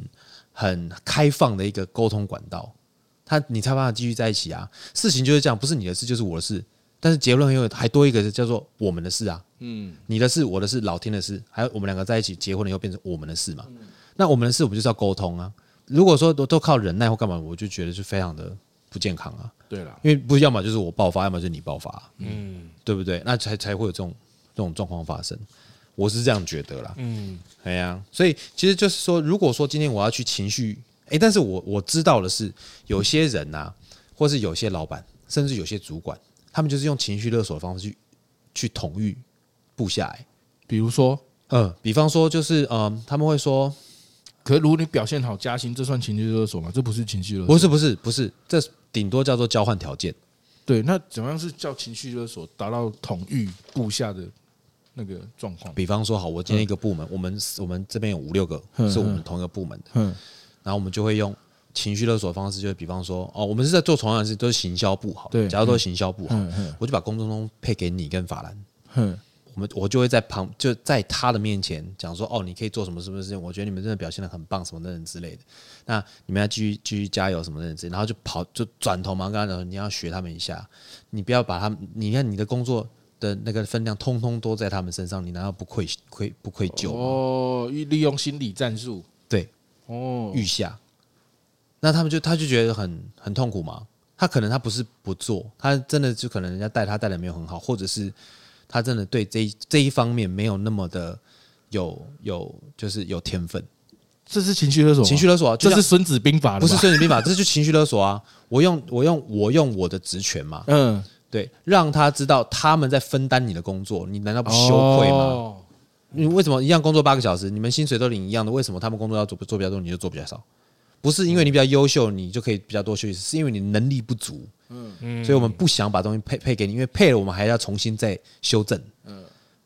很开放的一个沟通管道，他你才有办法继续在一起啊。事情就是这样，不是你的事就是我的事，但是结论很有还多一个叫做我们的事啊，嗯，你的事我的事老天的事，还有我们两个在一起结婚了以后变成我们的事嘛。那我们的事我们就是要沟通啊。如果说都都靠忍耐或干嘛，我就觉得是非常的不健康啊。对了，因为不要么就是我爆发，要么就是你爆发、嗯，对不对？那才才会有这种这种状况发生，我是这样觉得啦，嗯，哎呀、所以其实就是说，如果说今天我要去情绪，哎、但是我我知道的是，有些人呐、或是有些老板，甚至有些主管，他们就是用情绪勒索的方式去去统御部下、欸，比如说，嗯，比方说就是嗯，他们会说，可是如果你表现好加薪，这算情绪勒索吗？这不是情绪勒索。不是不是不是，这顶多叫做交换条件。对，那怎么样是叫情绪勒索达到统御部下的那个状况？比方说，好，我今天一个部门，我们我们这边有五六个嗯是我们同一个部门的，嗯，然后我们就会用情绪勒索的方式，就是比方说，哦，我们是在做同样的事，都是行销部好了，对假如都是行销部好了嗯嗯我就把龚中东配给你跟法兰，哼，我们我就会在旁就在他的面前讲说，哦，你可以做什么什么事情，我觉得你们真的表现的很棒，什么等等之类的。那你们要继续继续加油，什么等等之类的，然后就跑就转头嘛，跟他讲说，你要学他们一下，你不要把他们，你看你的工作的那个分量，通通都在他们身上，你难道不愧愧不愧疚吗？哦，利用心理战术，对，哦，遇下，那他们就他就觉得很很痛苦嘛。他可能他不是不做，他真的就可能人家带他带的没有很好，或者是他真的对这一这一方面没有那么的有有就是有天分。这是情绪勒索吗，情绪勒索、啊，这就像是《孙子兵法》了吧，不是孙子兵法，这就情绪勒索啊！我用我用我用我的职权嘛，嗯，对，让他知道他们在分担你的工作，你难道不羞愧吗？哦？你为什么一样工作八个小时，你们薪水都领一样的，为什么他们工作要做做比较多，你就做比较少？不是因为你比较优秀，你就可以比较多休息，是因为你能力不足。嗯，所以我们不想把东西配配给你，因为配了我们还要重新再修正。嗯，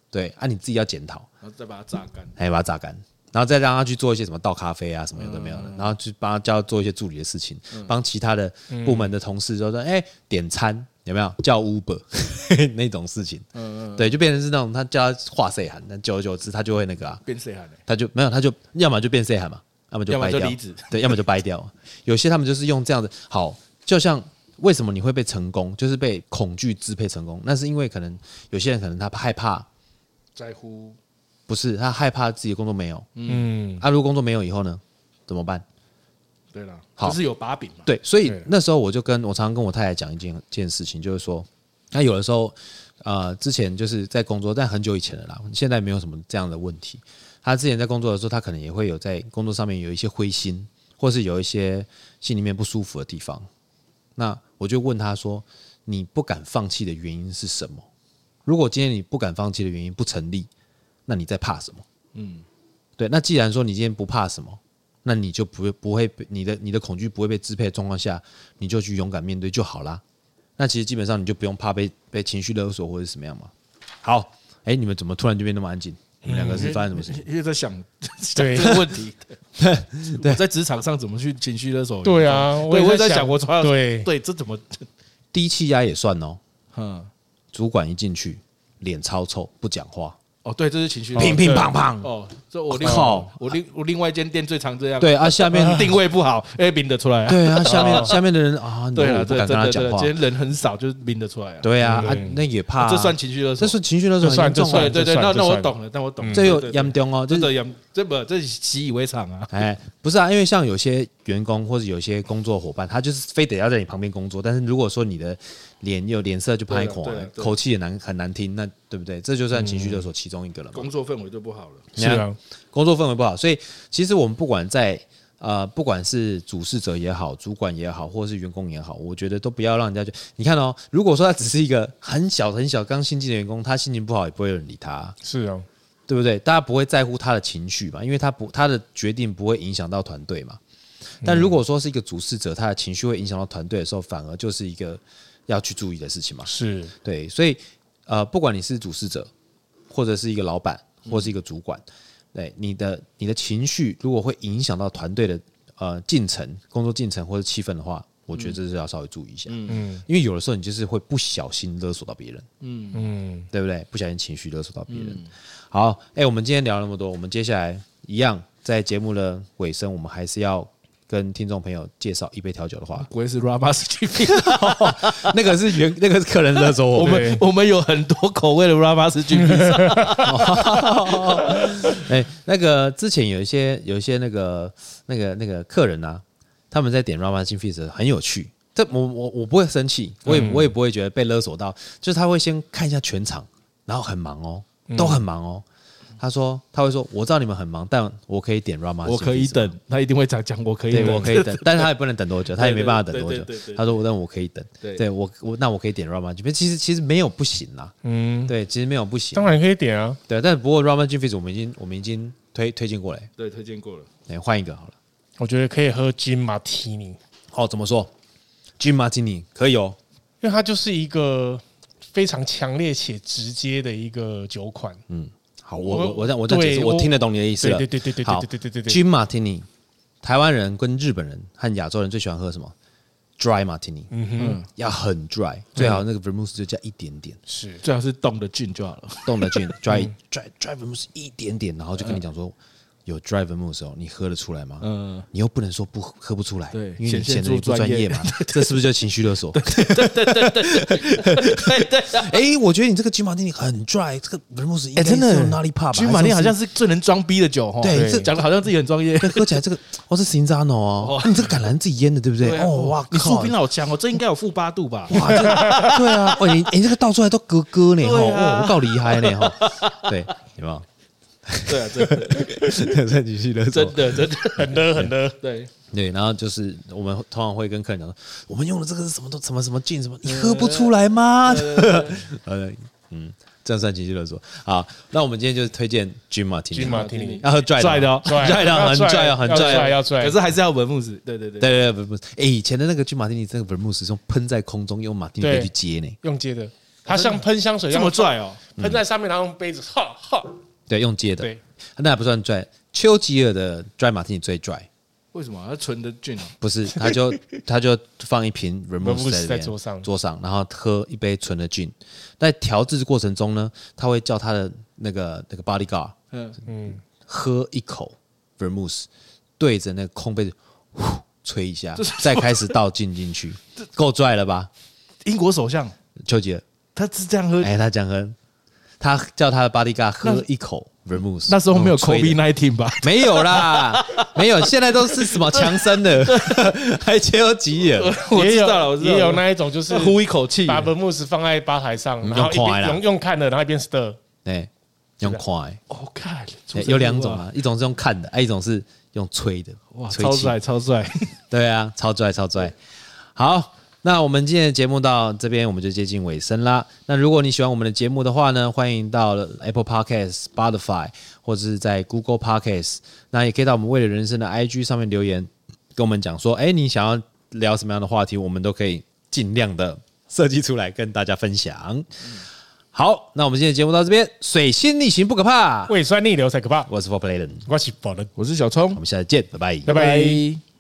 对，啊，你自己要检讨，然后再把它榨干，还哎把它榨干，然后再让他去做一些什么倒咖啡啊什么有的没有嗯的，嗯然后去帮他教做一些助理的事情，帮其他的部门的同事就说，哎，点餐，有没有叫 Uber 那种事情？嗯，对，就变成是那种他叫他话谁喊，但久而久之他就会那个啊，变谁喊的？他就没有，他就要么就变 C 喊嘛，要么就要么掰就掉，离职对，要么就掰掉。有些他们就是用这样的，好，就像为什么你会被成功，就是被恐惧支配成功，那是因为可能有些人可能他害怕，在乎不是他害怕自己的工作没有，嗯，啊，如果工作没有以后呢，怎么办？对了，好就是有把柄嘛。对，所以对那时候我就跟我常常跟我太太讲一件件事情，就是说，那有的时候，呃，之前就是在工作，但很久以前了啦，现在没有什么这样的问题。他之前在工作的时候，他可能也会有在工作上面有一些灰心，或是有一些心里面不舒服的地方。那我就问他说：“你不敢放弃的原因是什么？如果今天你不敢放弃的原因不成立，那你在怕什么？”嗯对，那既然说你今天不怕什么，那你就不会不会被你的你的恐惧不会被支配的状况下，你就去勇敢面对就好啦。那其实基本上你就不用怕被被情绪勒索或者是什么样嘛。好，哎、你们怎么突然就变那么安静？你们两哎个是发生什么事情？因为在 想想对这个问 题，我在职场上怎么去情绪勒索？对，啊，我也也在想，我从来对，对这怎么，低气压也算哦。嗯，主管一进去，脸超臭，不讲话，哦，对，这是情绪勒索乒乒乓乓。哦，这我另靠我另我另外一间店最常这样，哎对啊，下面定位不好，哎，抿得出来啊。对啊，下面下面的人啊，对啊，我不对敢对跟他对讲对，话今。天人很少，就是抿得出来啊。对啊，啊对那也怕啊，这算情绪勒这索。算情绪勒索很这算严重这对啊算，对对，这那算那我这算懂了，那我懂了。这又嗯对对对严重哦，这这的也这不这是习以为常啊。哎，不是啊，因为像有些员工或者有些工作伙伴，他就是非得要在你旁边工作，但是如果说你的脸有脸色就拍垮对啊了对啊，对啊口气也难很难听，那对不对？这就算情绪勒索其中一个了嘛。工作氛围就不好了。你是看啊，工作氛围不好，所以其实我们不管在呃，不管是主事者也好，主管也好，或者是员工也好，我觉得都不要让人家觉得。你看哦，如果说他只是一个很小很小刚新进的员工，他心情不好也不会有人理他啊、是啊，对不对？大家不会在乎他的情绪嘛，因为他不他的决定不会影响到团队嘛。但如果说是一个主事者，他的情绪会影响到团队的时候，反而就是一个要去注意的事情嘛。是，对，所以呃，不管你是主事者，或者是一个老板，或是一个主管，对你的你的情绪如果会影响到团队的呃进程、工作进程或者气氛的话，我觉得这是要稍微注意一下，嗯因为有的时候你就是会不小心勒索到别人。嗯，对不对？不小心情绪勒索到别人。嗯好，哎、我们今天聊了那么多，我们接下来一样在节目的尾声，我们还是要跟听众朋友介绍一杯调酒 ，的话不会是 Rama's GP，那个是原那个是客人勒索我我们。们我们有很多口味的 Rama's GP，哎、那个之前有一些有一些那个那个那个客人啊，他们在点 Rama Chin Feast 的时候很有趣。这我我我不会生气，我也、嗯我也不会觉得被勒索到，就是他会先看一下全场，然后很忙哦，嗯都很忙哦。他说他会说我知道你们很忙，但我可以点 Rama，我可以 Chin Feast 吗等，他一定会讲讲我可以对，我等，可以等，但是他也不能等多久，他也没办法等多对久对对对对。对他说：“但我可以等。对”对我我那我可以点 Ramen Juice，其实其实没有不行啦。嗯，对，其实没有不行当。然可以点啊，对，但不过 Ramen Juice 我们已经我们已经推推荐过来，对，推荐过了。哎，换一个好了。我觉得可以喝金马提尼，哦，怎么说？Gin Martini 可以哦。因为它就是一个非常强烈且直接的一个酒款，好，我我我我这样我这样对解释，我我听得懂你的意思了。对对对对对啊好对对对对对，Gin Martini，台湾人跟日本人和亚洲人最喜欢喝什么？Dry Martini，嗯哼，要很 dry，最好那个 vermouth 就加一点点。是，最好是冻的进就好了。动 的进 dry 嗯 dry dry vermouth 一点点，然后就跟你讲说。有 dry vermouth 哦，你喝得出来吗？嗯你又不能说不喝不出来，对因为你显现显得出你不专专业业 嘛，这是不是就情绪勒索？ 对对对对对对哎，我觉得你这个金马丁很 dry，这个 vermouth 应该真的是用哪里怕吧？君玛丽好像是是最能装逼的酒哈，对这讲的好像自己很专业。喝起来这个，哦，是 Cinzano 哦，啊你这个橄榄自己腌的对不对？哦，哇啊你靠树！冰好强哦，这应该有负八度吧？哇，这个对啊，哦，你你这个倒出来都格格呢，吼，对啊哦，我够厉害呢，吼，对，有没有？ 对啊，真的在情绪勒索真，的真的很勒很勒， 对，对，然后就是我们通常会跟客人讲说，我们用的这个是什么都什么什么劲什么，你喝不出来吗？呃，嗯，这样算情绪勒索。好，那我们今天就是推荐 Jim Martin，金马提尼，要喝拽拽的的哦很拽的，很拽哦，很要拽拽哦。要拽，可是还是要文牧师，对对对，对对对，不不，哎，以前的那个 Jim Martin，这个 vermouth 是用喷在空中，用马丁杯对去接呢，用接的，它像喷香水一哦这样么拽哦，喷在上面，然后用杯子，哈哈，对，用接的，对，那还不算拽。丘吉尔的 dry Martini 最拽，为什么他存的菌哦？不是，他就他就放一瓶 Vermouth remousse 在里在面桌上桌上，然后喝一杯纯的菌。在调制过程中呢，他会叫他的那个那个 bodyguard 嗯，嗯，喝一口 vermouth，对着那个空杯子呼吹一下，再开始倒进 进去，够拽了吧？英国首相丘吉尔，他是这样喝，哎，他讲喝，他叫他的 bodyguard 喝那一口 vermouth，那时候没有然后吹的 COVID nineteen 吧？没有啦， 没有，现在都是什么强 生的，还丘吉尔， 我也知有道了，我知道了也有那一种就是呼一口气，把 b e r m o s 放在吧台上，嗯然后一用看边啦用用看的，然后一边 stir。哎，用快。哦，看欸有两种，啊，一种是用看的，啊，一种是用吹的，哇，吹超气。帅超帅，对啊，超拽超拽。好，那我们今天的节目到这边，我们就接近尾声啦。那如果你喜欢我们的节目的话呢，欢迎到 Apple Podcast、Spotify 或者是在 Google Podcast，那也可以到我们为了人生的 IG 上面留言，跟我们讲说，哎、你想要聊什么样的话题，我们都可以尽量的设计出来跟大家分享。好，那我们今天的节目到这边，水星逆行不可怕。胃酸逆流才可怕。我是 For Playen，我是保 人，我是小聪我，们下次见，拜拜。拜拜。拜